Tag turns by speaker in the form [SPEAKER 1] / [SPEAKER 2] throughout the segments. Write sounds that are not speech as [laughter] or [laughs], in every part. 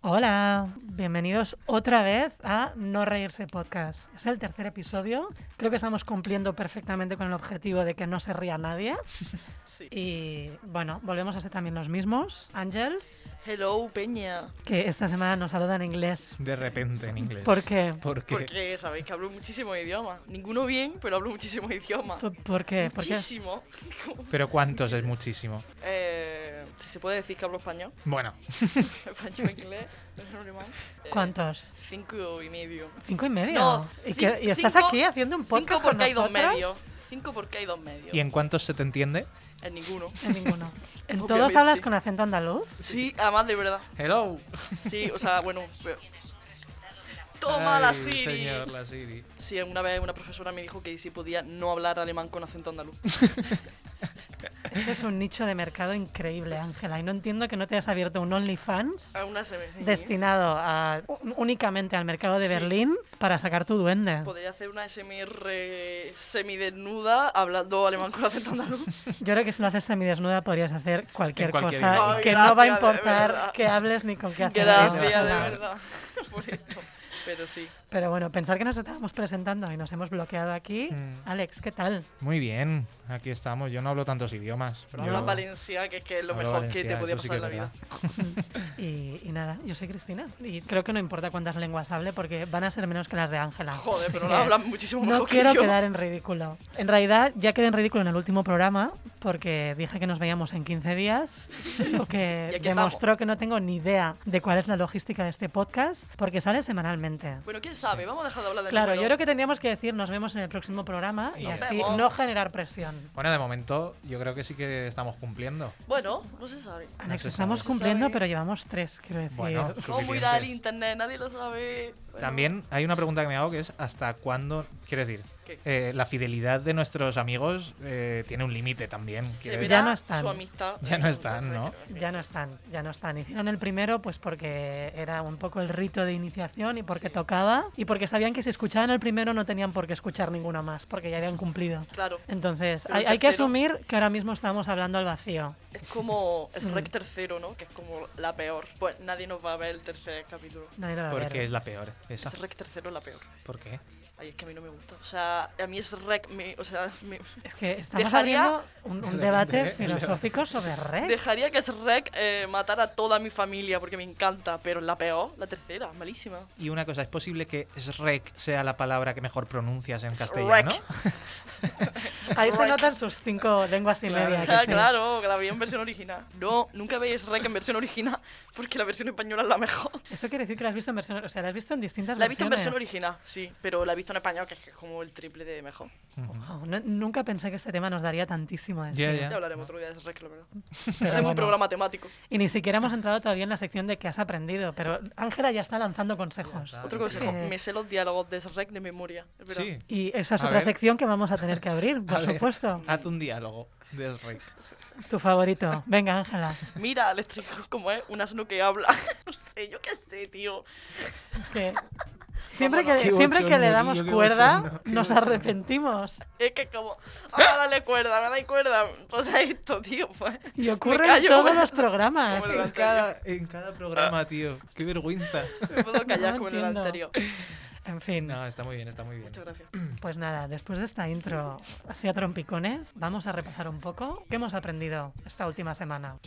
[SPEAKER 1] Hola, bienvenidos otra vez a No Reírse Podcast. Es el tercer episodio. Creo que estamos cumpliendo perfectamente con el objetivo de que no se ría nadie.
[SPEAKER 2] [laughs] Sí.
[SPEAKER 1] Y bueno, volvemos a ser también los mismos. Ángels,
[SPEAKER 2] Hello, Peña.
[SPEAKER 1] que esta semana nos saluda en inglés.
[SPEAKER 3] De repente en inglés.
[SPEAKER 1] ¿Por qué?
[SPEAKER 3] ¿Por qué?
[SPEAKER 2] Porque sabéis que hablo muchísimo idioma. Ninguno bien, pero hablo muchísimo idioma.
[SPEAKER 1] ¿Por, por qué? ¿Por qué?
[SPEAKER 2] Muchísimo.
[SPEAKER 3] Pero cuántos es muchísimo.
[SPEAKER 2] Eh, si se puede decir que hablo español. [laughs]
[SPEAKER 3] Bueno,
[SPEAKER 2] Español, inglés, alemán. Eh,
[SPEAKER 1] ¿Cuántos?
[SPEAKER 2] Cinco y medio.
[SPEAKER 1] ¿Cinco y medio?
[SPEAKER 2] No,
[SPEAKER 1] ¿Y,
[SPEAKER 2] cin-
[SPEAKER 1] qué- y estás
[SPEAKER 2] cinco-
[SPEAKER 1] aquí haciendo un podcast
[SPEAKER 2] Cinco
[SPEAKER 1] con
[SPEAKER 2] porque hay dos
[SPEAKER 1] nosotras?
[SPEAKER 2] medios. Cinco porque hay dos medios.
[SPEAKER 3] ¿y en cuántos se te entiende?
[SPEAKER 2] En ninguno.
[SPEAKER 1] En
[SPEAKER 2] [laughs]
[SPEAKER 1] ninguno. ¿En todos
[SPEAKER 2] Obviamente.
[SPEAKER 1] hablas con acento andaluz?
[SPEAKER 2] Sí, además de verdad.
[SPEAKER 3] Hello.
[SPEAKER 2] Sí, o sea, bueno. pero- Toma la
[SPEAKER 3] Ay,
[SPEAKER 2] Siri.
[SPEAKER 3] Señor, la Siri.
[SPEAKER 2] Sí, una vez una profesora me dijo que si podía no hablar alemán con acento andaluz.
[SPEAKER 1] Ese es un nicho de mercado increíble, Ángela. Y no entiendo que no te hayas abierto un OnlyFans
[SPEAKER 2] Aún una se me-
[SPEAKER 1] destinado a- un- únicamente al mercado de
[SPEAKER 2] Sí.
[SPEAKER 1] Berlín para sacar tu duende.
[SPEAKER 2] Podría hacer una SMR semidesnuda eh, hablando alemán con
[SPEAKER 1] [laughs]
[SPEAKER 2] acento andaluz.
[SPEAKER 1] Yo creo que si lo haces semidesnuda podrías hacer cualquier,
[SPEAKER 3] En cualquier
[SPEAKER 1] cosa
[SPEAKER 2] idioma.
[SPEAKER 1] que
[SPEAKER 2] Ay,
[SPEAKER 1] no va a
[SPEAKER 2] gracias, de
[SPEAKER 1] importar
[SPEAKER 2] verdad.
[SPEAKER 1] que hables ni con qué hacer.
[SPEAKER 2] Gracias, de
[SPEAKER 3] Gracias.
[SPEAKER 2] verdad, [laughs] por esto. Pero sí,
[SPEAKER 1] Pero bueno, pensar que nos estábamos presentando y nos hemos bloqueado aquí.
[SPEAKER 3] Mm.
[SPEAKER 1] Alex, ¿qué tal?
[SPEAKER 3] Muy bien, aquí estamos. Yo no hablo tantos idiomas. pero
[SPEAKER 2] habla
[SPEAKER 3] yo-
[SPEAKER 2] Valencia, que es, que es lo
[SPEAKER 3] hablo
[SPEAKER 2] mejor que te
[SPEAKER 3] valenciano,
[SPEAKER 2] podía
[SPEAKER 3] eso sí
[SPEAKER 2] pasar en la
[SPEAKER 3] que es
[SPEAKER 2] vida.
[SPEAKER 1] Y, y nada, yo soy Cristina. Y creo que no importa cuántas lenguas hable porque van a ser menos que las de Ángela.
[SPEAKER 2] Joder, pero
[SPEAKER 1] Así [laughs]
[SPEAKER 2] no
[SPEAKER 1] que-
[SPEAKER 2] hablan muchísimo
[SPEAKER 1] No
[SPEAKER 2] mejor que
[SPEAKER 1] quiero
[SPEAKER 2] yo.
[SPEAKER 1] quedar en ridículo. En realidad ya quedé en ridículo en el último programa porque dije que nos veíamos en 15 días, [laughs] lo
[SPEAKER 2] Y
[SPEAKER 1] que
[SPEAKER 2] aquí
[SPEAKER 1] demostró que no tengo ni idea de cuál es la logística de este podcast porque sale semanalmente.
[SPEAKER 2] Bueno, quién sabe, vamos a dejar Pues, de hablar de
[SPEAKER 1] Claro, yo creo
[SPEAKER 2] números.
[SPEAKER 1] que teníamos que decir nos vemos en el próximo programa y
[SPEAKER 3] Nos
[SPEAKER 1] así
[SPEAKER 2] vemos.
[SPEAKER 1] no generar presión.
[SPEAKER 3] Bueno, de momento yo creo que sí que estamos cumpliendo.
[SPEAKER 2] Bueno, no se sabe.
[SPEAKER 1] Alex,
[SPEAKER 3] se
[SPEAKER 1] Ah, estamos
[SPEAKER 3] sabe.
[SPEAKER 1] cumpliendo,
[SPEAKER 2] Se sabe.
[SPEAKER 1] pero llevamos tres, quiero decir.
[SPEAKER 3] Bueno,
[SPEAKER 2] ¿Cómo
[SPEAKER 3] Suficiente.
[SPEAKER 2] irá el internet? Nadie lo sabe. Bueno,
[SPEAKER 3] También hay una pregunta que me hago que es hasta cuándo, quiero decir,
[SPEAKER 2] ¿Qué?
[SPEAKER 3] eh, la fidelidad de nuestros amigos eh, tiene un límite también.
[SPEAKER 2] se
[SPEAKER 3] quiero
[SPEAKER 2] verá
[SPEAKER 3] decir.
[SPEAKER 1] Ya no están.
[SPEAKER 2] Su amistad.
[SPEAKER 3] Ya no están, ¿no?
[SPEAKER 1] Ya no están, ya no están. Hicieron el primero pues porque era un poco el rito de iniciación y porque tocaba y porque sabían que si escuchaban el primero no tenían por qué escuchar ninguno más porque ya habían cumplido.
[SPEAKER 2] Claro,
[SPEAKER 1] Entonces,
[SPEAKER 2] Pero
[SPEAKER 1] hay,
[SPEAKER 2] el
[SPEAKER 1] hay que
[SPEAKER 2] tercero-
[SPEAKER 1] asumir que ahora mismo estamos hablando al vacío.
[SPEAKER 2] es como. Es
[SPEAKER 1] Mm.
[SPEAKER 2] rec tercero, ¿no? Que es como la peor. Pues nadie nos va a ver el tercer capítulo.
[SPEAKER 1] Nadie lo va a ver.
[SPEAKER 3] Porque es la peor. Esa.
[SPEAKER 2] Es rec tercero la peor.
[SPEAKER 3] ¿Por qué?
[SPEAKER 2] Ay, es que a mí no me gusta. O sea, a mí es rec. me- o sea, me-
[SPEAKER 1] Es que estamos
[SPEAKER 2] Dejaría-
[SPEAKER 1] abriendo un, un
[SPEAKER 3] El
[SPEAKER 1] debate
[SPEAKER 3] debate, el
[SPEAKER 1] filosófico sobre Rec.
[SPEAKER 2] dejaría que es rec eh, matar a toda mi familia porque me encanta, pero la peor, la tercera, malísima.
[SPEAKER 3] Y una cosa, ¿es posible que Shrek sea la palabra que mejor pronuncias en
[SPEAKER 2] Shrek.
[SPEAKER 3] castellano?
[SPEAKER 1] Ahí se
[SPEAKER 2] Rec.
[SPEAKER 1] notan sus cinco lenguas y
[SPEAKER 3] Claro.
[SPEAKER 1] media. que
[SPEAKER 2] Ah,
[SPEAKER 1] sí.
[SPEAKER 2] claro, que la vi en versión original. No, nunca veis rec en versión original porque la versión española es la mejor.
[SPEAKER 1] Eso quiere decir que la has visto en versión, o sea, la has visto en distintas
[SPEAKER 2] La he visto en
[SPEAKER 1] versiones.
[SPEAKER 2] versión original, sí, pero la he visto en español, que es que es como el triple de mejor.
[SPEAKER 1] Wow, no- nunca pensé que este tema nos daría tantísimo de sí.
[SPEAKER 3] Ya,
[SPEAKER 2] Ya
[SPEAKER 3] ya.
[SPEAKER 2] hablaremos otro día de rec, la verdad.
[SPEAKER 1] Pero
[SPEAKER 2] Haremos un
[SPEAKER 1] bueno.
[SPEAKER 2] programa temático.
[SPEAKER 1] Y ni siquiera hemos entrado todavía en la sección de que has aprendido, pero Ángela ya está lanzando consejos.
[SPEAKER 3] Ya está.
[SPEAKER 2] Otro consejo,
[SPEAKER 1] Eh.
[SPEAKER 2] me sé los diálogos de rec de memoria, es verdad.
[SPEAKER 3] Sí.
[SPEAKER 1] Y esa es
[SPEAKER 3] A
[SPEAKER 1] otra
[SPEAKER 3] ver.
[SPEAKER 1] sección que vamos a tener que abrir, por
[SPEAKER 3] [laughs] A ver,
[SPEAKER 1] supuesto.
[SPEAKER 3] Haz un diálogo de Shrek.
[SPEAKER 1] Tu favorito. Venga, Ángela.
[SPEAKER 2] Mira, les traigo como es un asno que habla. [laughs] no sé, yo qué sé, tío.
[SPEAKER 1] Es
[SPEAKER 3] [laughs]
[SPEAKER 1] que siempre que,
[SPEAKER 2] Vámonos.
[SPEAKER 3] Qué
[SPEAKER 1] siempre que le
[SPEAKER 3] bochorno,
[SPEAKER 1] damos
[SPEAKER 3] tío, qué
[SPEAKER 1] cuerda,
[SPEAKER 3] bochorno, qué
[SPEAKER 1] nos
[SPEAKER 3] bochorno.
[SPEAKER 1] arrepentimos.
[SPEAKER 2] Es que como, ahora dale cuerda, me dais cuerda, pasa esto, tío, pues.
[SPEAKER 1] Y ocurre en
[SPEAKER 2] callo,
[SPEAKER 1] todos
[SPEAKER 2] bueno.
[SPEAKER 1] los programas.
[SPEAKER 2] Bueno,
[SPEAKER 3] En cada, en cada programa, tío. Qué vergüenza.
[SPEAKER 2] Me
[SPEAKER 3] [laughs]
[SPEAKER 2] puedo callar
[SPEAKER 1] No
[SPEAKER 2] como en el
[SPEAKER 1] entiendo.
[SPEAKER 2] anterior.
[SPEAKER 1] En fin,
[SPEAKER 3] No, está muy bien, está muy bien.
[SPEAKER 2] Muchas gracias.
[SPEAKER 1] pues nada, después de esta intro así a trompicones, vamos a repasar un poco qué hemos aprendido esta última semana.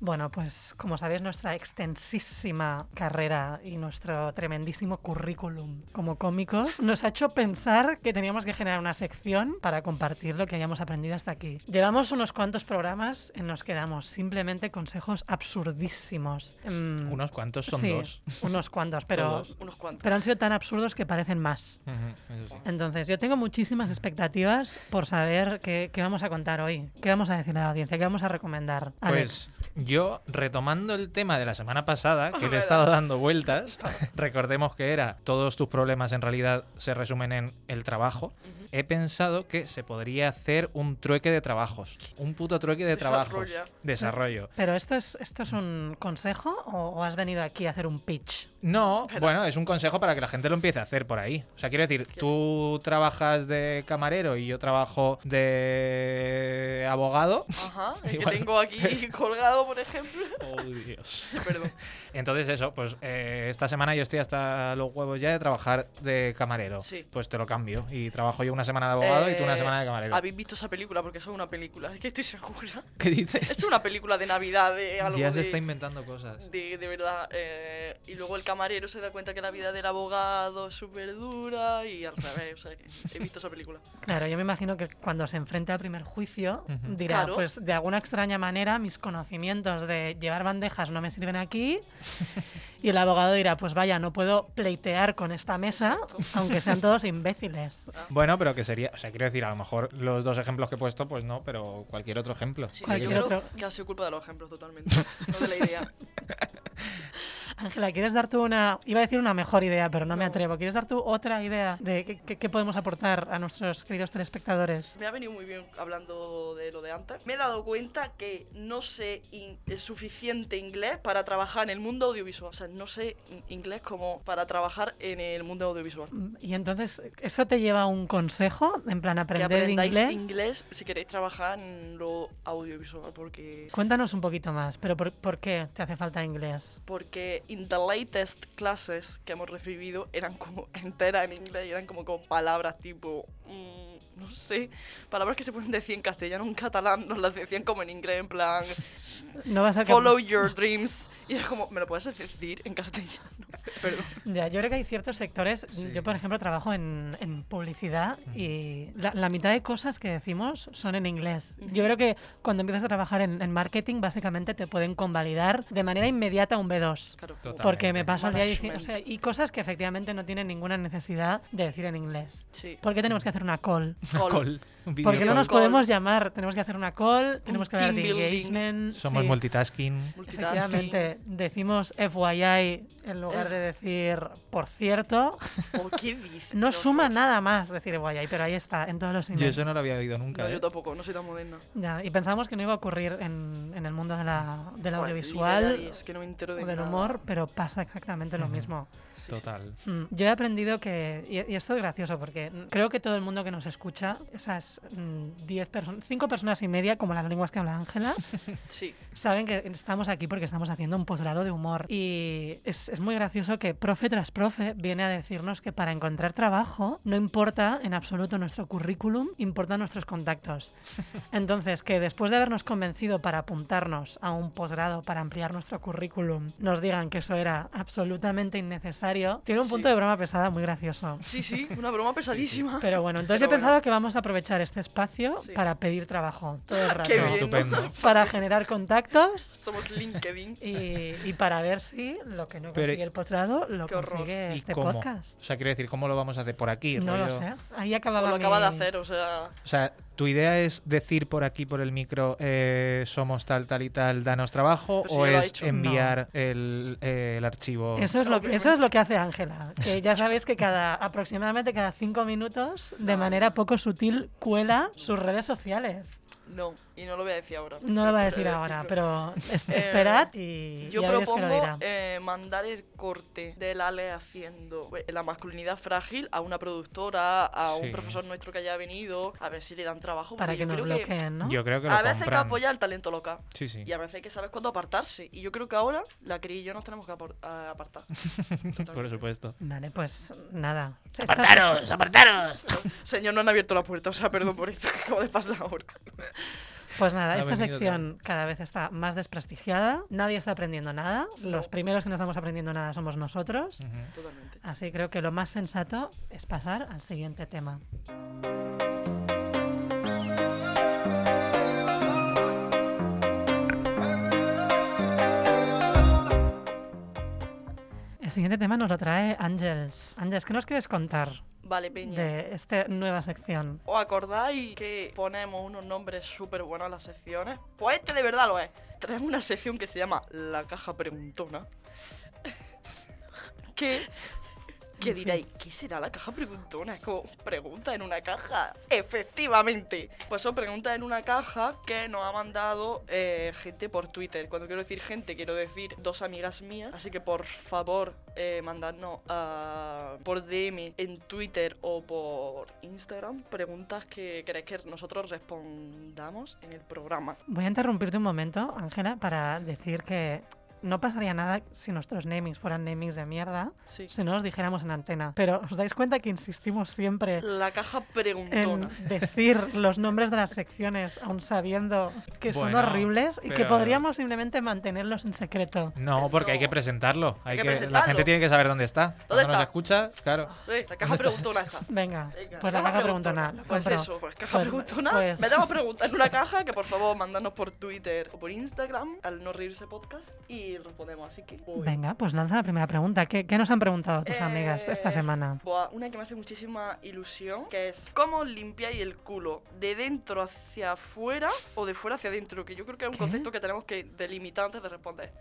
[SPEAKER 1] Bueno, pues como sabéis, nuestra extensísima carrera y nuestro tremendísimo currículum como cómicos nos ha hecho pensar que teníamos que generar una sección para compartir lo que hayamos aprendido hasta aquí. Llevamos unos cuantos programas en los que damos simplemente consejos absurdísimos. Mm,
[SPEAKER 3] Unos cuantos son
[SPEAKER 1] sí,
[SPEAKER 3] dos.
[SPEAKER 1] Unos cuantos, pero,
[SPEAKER 3] Todos.
[SPEAKER 2] Unos cuantos.
[SPEAKER 1] pero han sido tan absurdos que parecen más.
[SPEAKER 3] Ujú, eso sí.
[SPEAKER 1] Entonces, yo tengo muchísimas expectativas por saber qué, qué vamos a contar hoy, qué vamos a decir a la audiencia, qué vamos a recomendar. Alex.
[SPEAKER 3] Pues yo, retomando el tema de la semana pasada, que le he
[SPEAKER 2] Verdad.
[SPEAKER 3] estado dando vueltas, recordemos que era todos tus problemas en realidad se resumen en el trabajo, he pensado que se podría hacer un trueque de trabajos. Un puto trueque de trabajos.
[SPEAKER 2] Desarrolla.
[SPEAKER 3] Desarrollo.
[SPEAKER 1] Pero esto es, esto es un consejo o, o has venido aquí a hacer un pitch.
[SPEAKER 3] No, bueno, es un consejo para que la gente lo empiece a hacer por ahí. O sea, quiero decir, tú trabajas de camarero y yo trabajo de abogado.
[SPEAKER 2] Ajá, el que
[SPEAKER 3] Igual.
[SPEAKER 2] tengo
[SPEAKER 3] [laughs]
[SPEAKER 2] aquí colgado, por ejemplo. [laughs]
[SPEAKER 3] Oh, Dios.
[SPEAKER 2] Perdón.
[SPEAKER 3] [laughs] Entonces eso, pues eh, esta semana yo estoy hasta los huevos ya de trabajar de camarero.
[SPEAKER 2] Sí.
[SPEAKER 3] Pues te lo cambio y trabajo yo una semana de abogado y tú una
[SPEAKER 2] Eh,
[SPEAKER 3] semana de camarero.
[SPEAKER 2] ¿Habéis visto esa película? Porque eso es una película, es que estoy segura.
[SPEAKER 3] [laughs]
[SPEAKER 2] [laughs]
[SPEAKER 3] ¿Qué dices?
[SPEAKER 2] Es una película de Navidad, de algo
[SPEAKER 3] Ya
[SPEAKER 2] de,
[SPEAKER 3] se está inventando cosas.
[SPEAKER 2] de, de verdad. eh, y luego el camarero se da cuenta que la vida del abogado es súper dura y al revés. O sea, que he visto esa película.
[SPEAKER 1] Claro, yo me imagino que cuando se enfrente al primer juicio
[SPEAKER 3] Ujú.
[SPEAKER 1] dirá,
[SPEAKER 2] Claro.
[SPEAKER 1] pues de alguna extraña manera mis conocimientos de llevar bandejas no me sirven aquí. Y el abogado dirá, pues vaya, no puedo pleitear con esta mesa,
[SPEAKER 2] Exacto.
[SPEAKER 1] aunque sean todos imbéciles.
[SPEAKER 3] Bueno, pero que sería, o sea, quiero decir, a lo mejor los dos ejemplos que he puesto, pues no, pero cualquier otro ejemplo.
[SPEAKER 2] Sí, sí, yo
[SPEAKER 1] Cualquier
[SPEAKER 3] que-
[SPEAKER 2] creo
[SPEAKER 1] otro.
[SPEAKER 2] que ha sido culpa de los ejemplos totalmente. No de la idea. [laughs]
[SPEAKER 1] Ángela, ¿quieres dar tú una... Iba a decir una mejor idea, pero no me
[SPEAKER 2] No.
[SPEAKER 1] atrevo. ¿Quieres dar tú otra idea de qué- qué- qué podemos aportar a nuestros queridos telespectadores?
[SPEAKER 2] Me ha venido muy bien hablando de lo de antes. Me he dado cuenta que no sé in- el suficiente inglés para trabajar en el mundo audiovisual. O sea, no sé in- inglés como para trabajar en el mundo audiovisual.
[SPEAKER 1] Mm, Y entonces, ¿eso te lleva a un consejo? En plan,
[SPEAKER 2] Que
[SPEAKER 1] aprender
[SPEAKER 2] aprendáis
[SPEAKER 1] inglés.
[SPEAKER 2] inglés? si queréis trabajar en lo audiovisual, porque...
[SPEAKER 1] Cuéntanos un poquito más, pero ¿por, por qué te hace falta inglés?
[SPEAKER 2] Porque in the latest classes que hemos recibido eran como [laughs] enteras en inglés, y eran como con palabras tipo, mm, no sé, palabras que se pueden decir en castellano, en catalán, nos las decían como en inglés,
[SPEAKER 1] [laughs]
[SPEAKER 2] en plan,
[SPEAKER 1] No vas a cap-
[SPEAKER 2] Follow your dreams. Y era como, ¿me lo puedes decir en castellano? [laughs] Perdón.
[SPEAKER 1] Ya, yo creo que hay ciertos sectores.
[SPEAKER 3] Sí.
[SPEAKER 1] Yo, por ejemplo, trabajo en, en publicidad y la, la mitad de cosas que decimos son en inglés. Yo creo que cuando empiezas a trabajar en, en marketing, básicamente te pueden convalidar de manera inmediata un B2.
[SPEAKER 2] Claro.
[SPEAKER 3] Total.
[SPEAKER 1] Porque me
[SPEAKER 3] Totalmente.
[SPEAKER 1] paso el día diciendo. o sea,
[SPEAKER 2] Management.
[SPEAKER 1] y cosas que efectivamente no tienen ninguna necesidad de decir en inglés.
[SPEAKER 2] Sí.
[SPEAKER 1] ¿Por qué tenemos que hacer una call?
[SPEAKER 2] Col.
[SPEAKER 3] Call, un video
[SPEAKER 1] Porque no
[SPEAKER 2] call.
[SPEAKER 1] nos
[SPEAKER 2] Call.
[SPEAKER 1] podemos llamar. Tenemos que hacer una call, tenemos que hablar
[SPEAKER 2] team
[SPEAKER 1] de
[SPEAKER 2] building.
[SPEAKER 1] engagement.
[SPEAKER 3] call. Somos
[SPEAKER 1] sí.
[SPEAKER 3] multitasking.
[SPEAKER 2] Multitasking. [laughs]
[SPEAKER 1] Efectivamente, decimos FYI en lugar de decir por cierto.
[SPEAKER 2] ¿O qué dices?
[SPEAKER 1] No
[SPEAKER 2] Qué
[SPEAKER 1] suma
[SPEAKER 2] horror.
[SPEAKER 1] nada más decir FYI, pero ahí está, en todos los
[SPEAKER 3] Yo
[SPEAKER 1] emails.
[SPEAKER 3] eso no lo había oído nunca.
[SPEAKER 2] No,
[SPEAKER 3] ¿eh?
[SPEAKER 2] yo tampoco, no soy tan moderna.
[SPEAKER 1] Ya, y pensamos que no iba a ocurrir en, en el mundo de la, del
[SPEAKER 2] Joder, literary,
[SPEAKER 1] audiovisual
[SPEAKER 2] Es que no me entero
[SPEAKER 1] o
[SPEAKER 2] de
[SPEAKER 1] del
[SPEAKER 2] nada.
[SPEAKER 1] humor, pero pasa exactamente lo
[SPEAKER 3] Ujú.
[SPEAKER 1] mismo.
[SPEAKER 2] Sí, sí.
[SPEAKER 3] Total.
[SPEAKER 1] Mm, Yo he aprendido que, y, y esto es gracioso porque mm, creo que todo el mundo que nos escucha, esas 10 personas, 5 personas y media, como las lenguas que habla Ángela,
[SPEAKER 2] Sí.
[SPEAKER 1] saben que estamos aquí porque estamos haciendo un posgrado de humor. Y es, es muy gracioso que profe tras profe viene a decirnos que para encontrar trabajo no importa en absoluto nuestro currículum, importan nuestros
[SPEAKER 2] [laughs]
[SPEAKER 1] contactos. Entonces, que después de habernos convencido para apuntarnos a un posgrado para ampliar nuestro currículum, nos digan que eso era absolutamente innecesario, tiene un
[SPEAKER 2] Sí.
[SPEAKER 1] punto de broma pesada muy
[SPEAKER 2] [laughs]
[SPEAKER 1] gracioso.
[SPEAKER 2] Sí, sí, una broma pesadísima.
[SPEAKER 1] Pero bueno, entonces
[SPEAKER 2] Pero
[SPEAKER 1] he
[SPEAKER 2] bueno.
[SPEAKER 1] pensado que vamos a aprovechar este espacio
[SPEAKER 2] Sí.
[SPEAKER 1] para pedir trabajo todo el rato.
[SPEAKER 2] [laughs] Qué bien.
[SPEAKER 3] Estupendo.
[SPEAKER 1] Para generar contactos
[SPEAKER 2] [laughs] Somos LinkedIn.
[SPEAKER 1] y, y para ver si lo que no
[SPEAKER 3] Pero-
[SPEAKER 1] consigue el postrado lo
[SPEAKER 2] Qué horror.
[SPEAKER 1] consigue
[SPEAKER 3] ¿Y
[SPEAKER 1] este
[SPEAKER 3] cómo?
[SPEAKER 1] podcast.
[SPEAKER 3] O sea, quiero decir, ¿cómo lo vamos a hacer? ¿Por aquí?
[SPEAKER 1] No lo
[SPEAKER 3] rollo?
[SPEAKER 1] sé. Ahí
[SPEAKER 2] O
[SPEAKER 1] acababa
[SPEAKER 2] lo
[SPEAKER 1] mi-
[SPEAKER 2] acaba de hacer, o sea.
[SPEAKER 3] O sea, tu idea es decir por aquí, por el micro, eh, somos tal, tal y tal, danos trabajo,
[SPEAKER 2] Pero si ya
[SPEAKER 3] o
[SPEAKER 2] Pues lo ha
[SPEAKER 3] es
[SPEAKER 2] hecho.
[SPEAKER 3] enviar el, eh, el archivo.
[SPEAKER 1] Eso es, lo que, eso es lo que hace Ángela, que ya sabéis que cada aproximadamente cada cinco minutos, de manera poco sutil, cuela sus redes sociales.
[SPEAKER 2] No, y no lo voy a decir ahora.
[SPEAKER 1] No lo va a decir ahora, pero
[SPEAKER 2] [laughs]
[SPEAKER 1] es- esperad y
[SPEAKER 2] Eh, Yo
[SPEAKER 1] ya veréis que lo dirá.
[SPEAKER 2] propongo eh, mandar el corte del Ale haciendo pues, la masculinidad frágil a una productora, a
[SPEAKER 3] Sí.
[SPEAKER 2] un profesor nuestro que haya venido, a ver si le dan trabajo.
[SPEAKER 1] para
[SPEAKER 2] porque
[SPEAKER 1] que
[SPEAKER 2] yo
[SPEAKER 1] nos
[SPEAKER 2] creo
[SPEAKER 1] bloqueen, ¿no?
[SPEAKER 3] Yo creo que lo
[SPEAKER 2] a veces hay que
[SPEAKER 3] compran.
[SPEAKER 2] apoyar el talento local.
[SPEAKER 3] Sí, sí.
[SPEAKER 2] Y a veces hay que saber cuándo apartarse. Y yo creo que ahora la Cris y yo nos tenemos que apor- a- apartar.
[SPEAKER 3] [laughs] Por supuesto.
[SPEAKER 1] Vale, pues nada. Estas-
[SPEAKER 4] ¡Apartaros! ¡Apartaros!
[SPEAKER 2] Señor, no han acabado la puerta. O sea, perdón por esto que acabo de pasar
[SPEAKER 1] [laughs]
[SPEAKER 2] ahora.
[SPEAKER 1] Pues nada,
[SPEAKER 3] Ha
[SPEAKER 1] esta
[SPEAKER 3] venido
[SPEAKER 1] sección cada vez está más desprestigiada, nadie está aprendiendo nada, los primeros que no estamos aprendiendo nada somos nosotros,
[SPEAKER 3] Ujú.
[SPEAKER 2] Totalmente.
[SPEAKER 1] así creo que lo más sensato es pasar al siguiente tema. El siguiente tema nos lo trae Ángels. Ángels, ¿qué nos quieres contar?
[SPEAKER 2] Vale, Peña.
[SPEAKER 1] de esta nueva sección.
[SPEAKER 2] ¿Os acordáis que ponemos unos nombres súper buenos a las secciones? Pues este de verdad lo es. Traemos una sección que se llama La Caja Preguntona. que, que diréis, ¿qué será la caja preguntona? Es como preguntas en una caja. Efectivamente. Pues son preguntas en una caja que nos ha mandado eh, gente por Twitter. Cuando quiero decir gente, quiero decir dos amigas mías. Así que por favor, eh, mandadnos a- por DM en Twitter o por Instagram preguntas que queréis que nosotros respondamos en el programa.
[SPEAKER 1] Voy a interrumpirte un momento, Ángela, para decir que no pasaría nada si nuestros namings fueran namings de mierda,
[SPEAKER 2] Sí.
[SPEAKER 1] si no los dijéramos en antena. Pero os dais cuenta que insistimos siempre
[SPEAKER 2] La caja preguntona.
[SPEAKER 1] en decir los nombres de las secciones, aun sabiendo que son
[SPEAKER 3] Bueno,
[SPEAKER 1] horribles y que
[SPEAKER 3] pero-
[SPEAKER 1] podríamos simplemente mantenerlos en secreto.
[SPEAKER 3] No, porque hay que presentarlo. Hay
[SPEAKER 2] que
[SPEAKER 3] que La
[SPEAKER 2] presentarlo.
[SPEAKER 3] gente tiene que saber dónde está. Cuando nos
[SPEAKER 2] está?
[SPEAKER 3] escucha, claro.
[SPEAKER 2] Eh, la caja preguntona está.
[SPEAKER 1] Venga,
[SPEAKER 2] Venga,
[SPEAKER 1] pues la caja preguntona. lo
[SPEAKER 2] Pues
[SPEAKER 1] compro.
[SPEAKER 2] eso, pues caja
[SPEAKER 1] Pues-
[SPEAKER 2] preguntona.
[SPEAKER 1] pues-
[SPEAKER 2] Metamos preguntas en una caja que por favor mandanos por Twitter o por Instagram al no reírse podcast y respondemos. Así que. uy.
[SPEAKER 1] Venga, pues lanza la primera pregunta. ¿Qué, qué nos han preguntado tus
[SPEAKER 2] Eh,
[SPEAKER 1] amigas esta semana?
[SPEAKER 2] Buah, una que me hace muchísima ilusión, que es ¿cómo limpiáis el culo? ¿De dentro hacia afuera o de fuera hacia adentro? Que yo creo que es un
[SPEAKER 1] ¿Qué?
[SPEAKER 2] concepto que tenemos que delimitar antes de responder.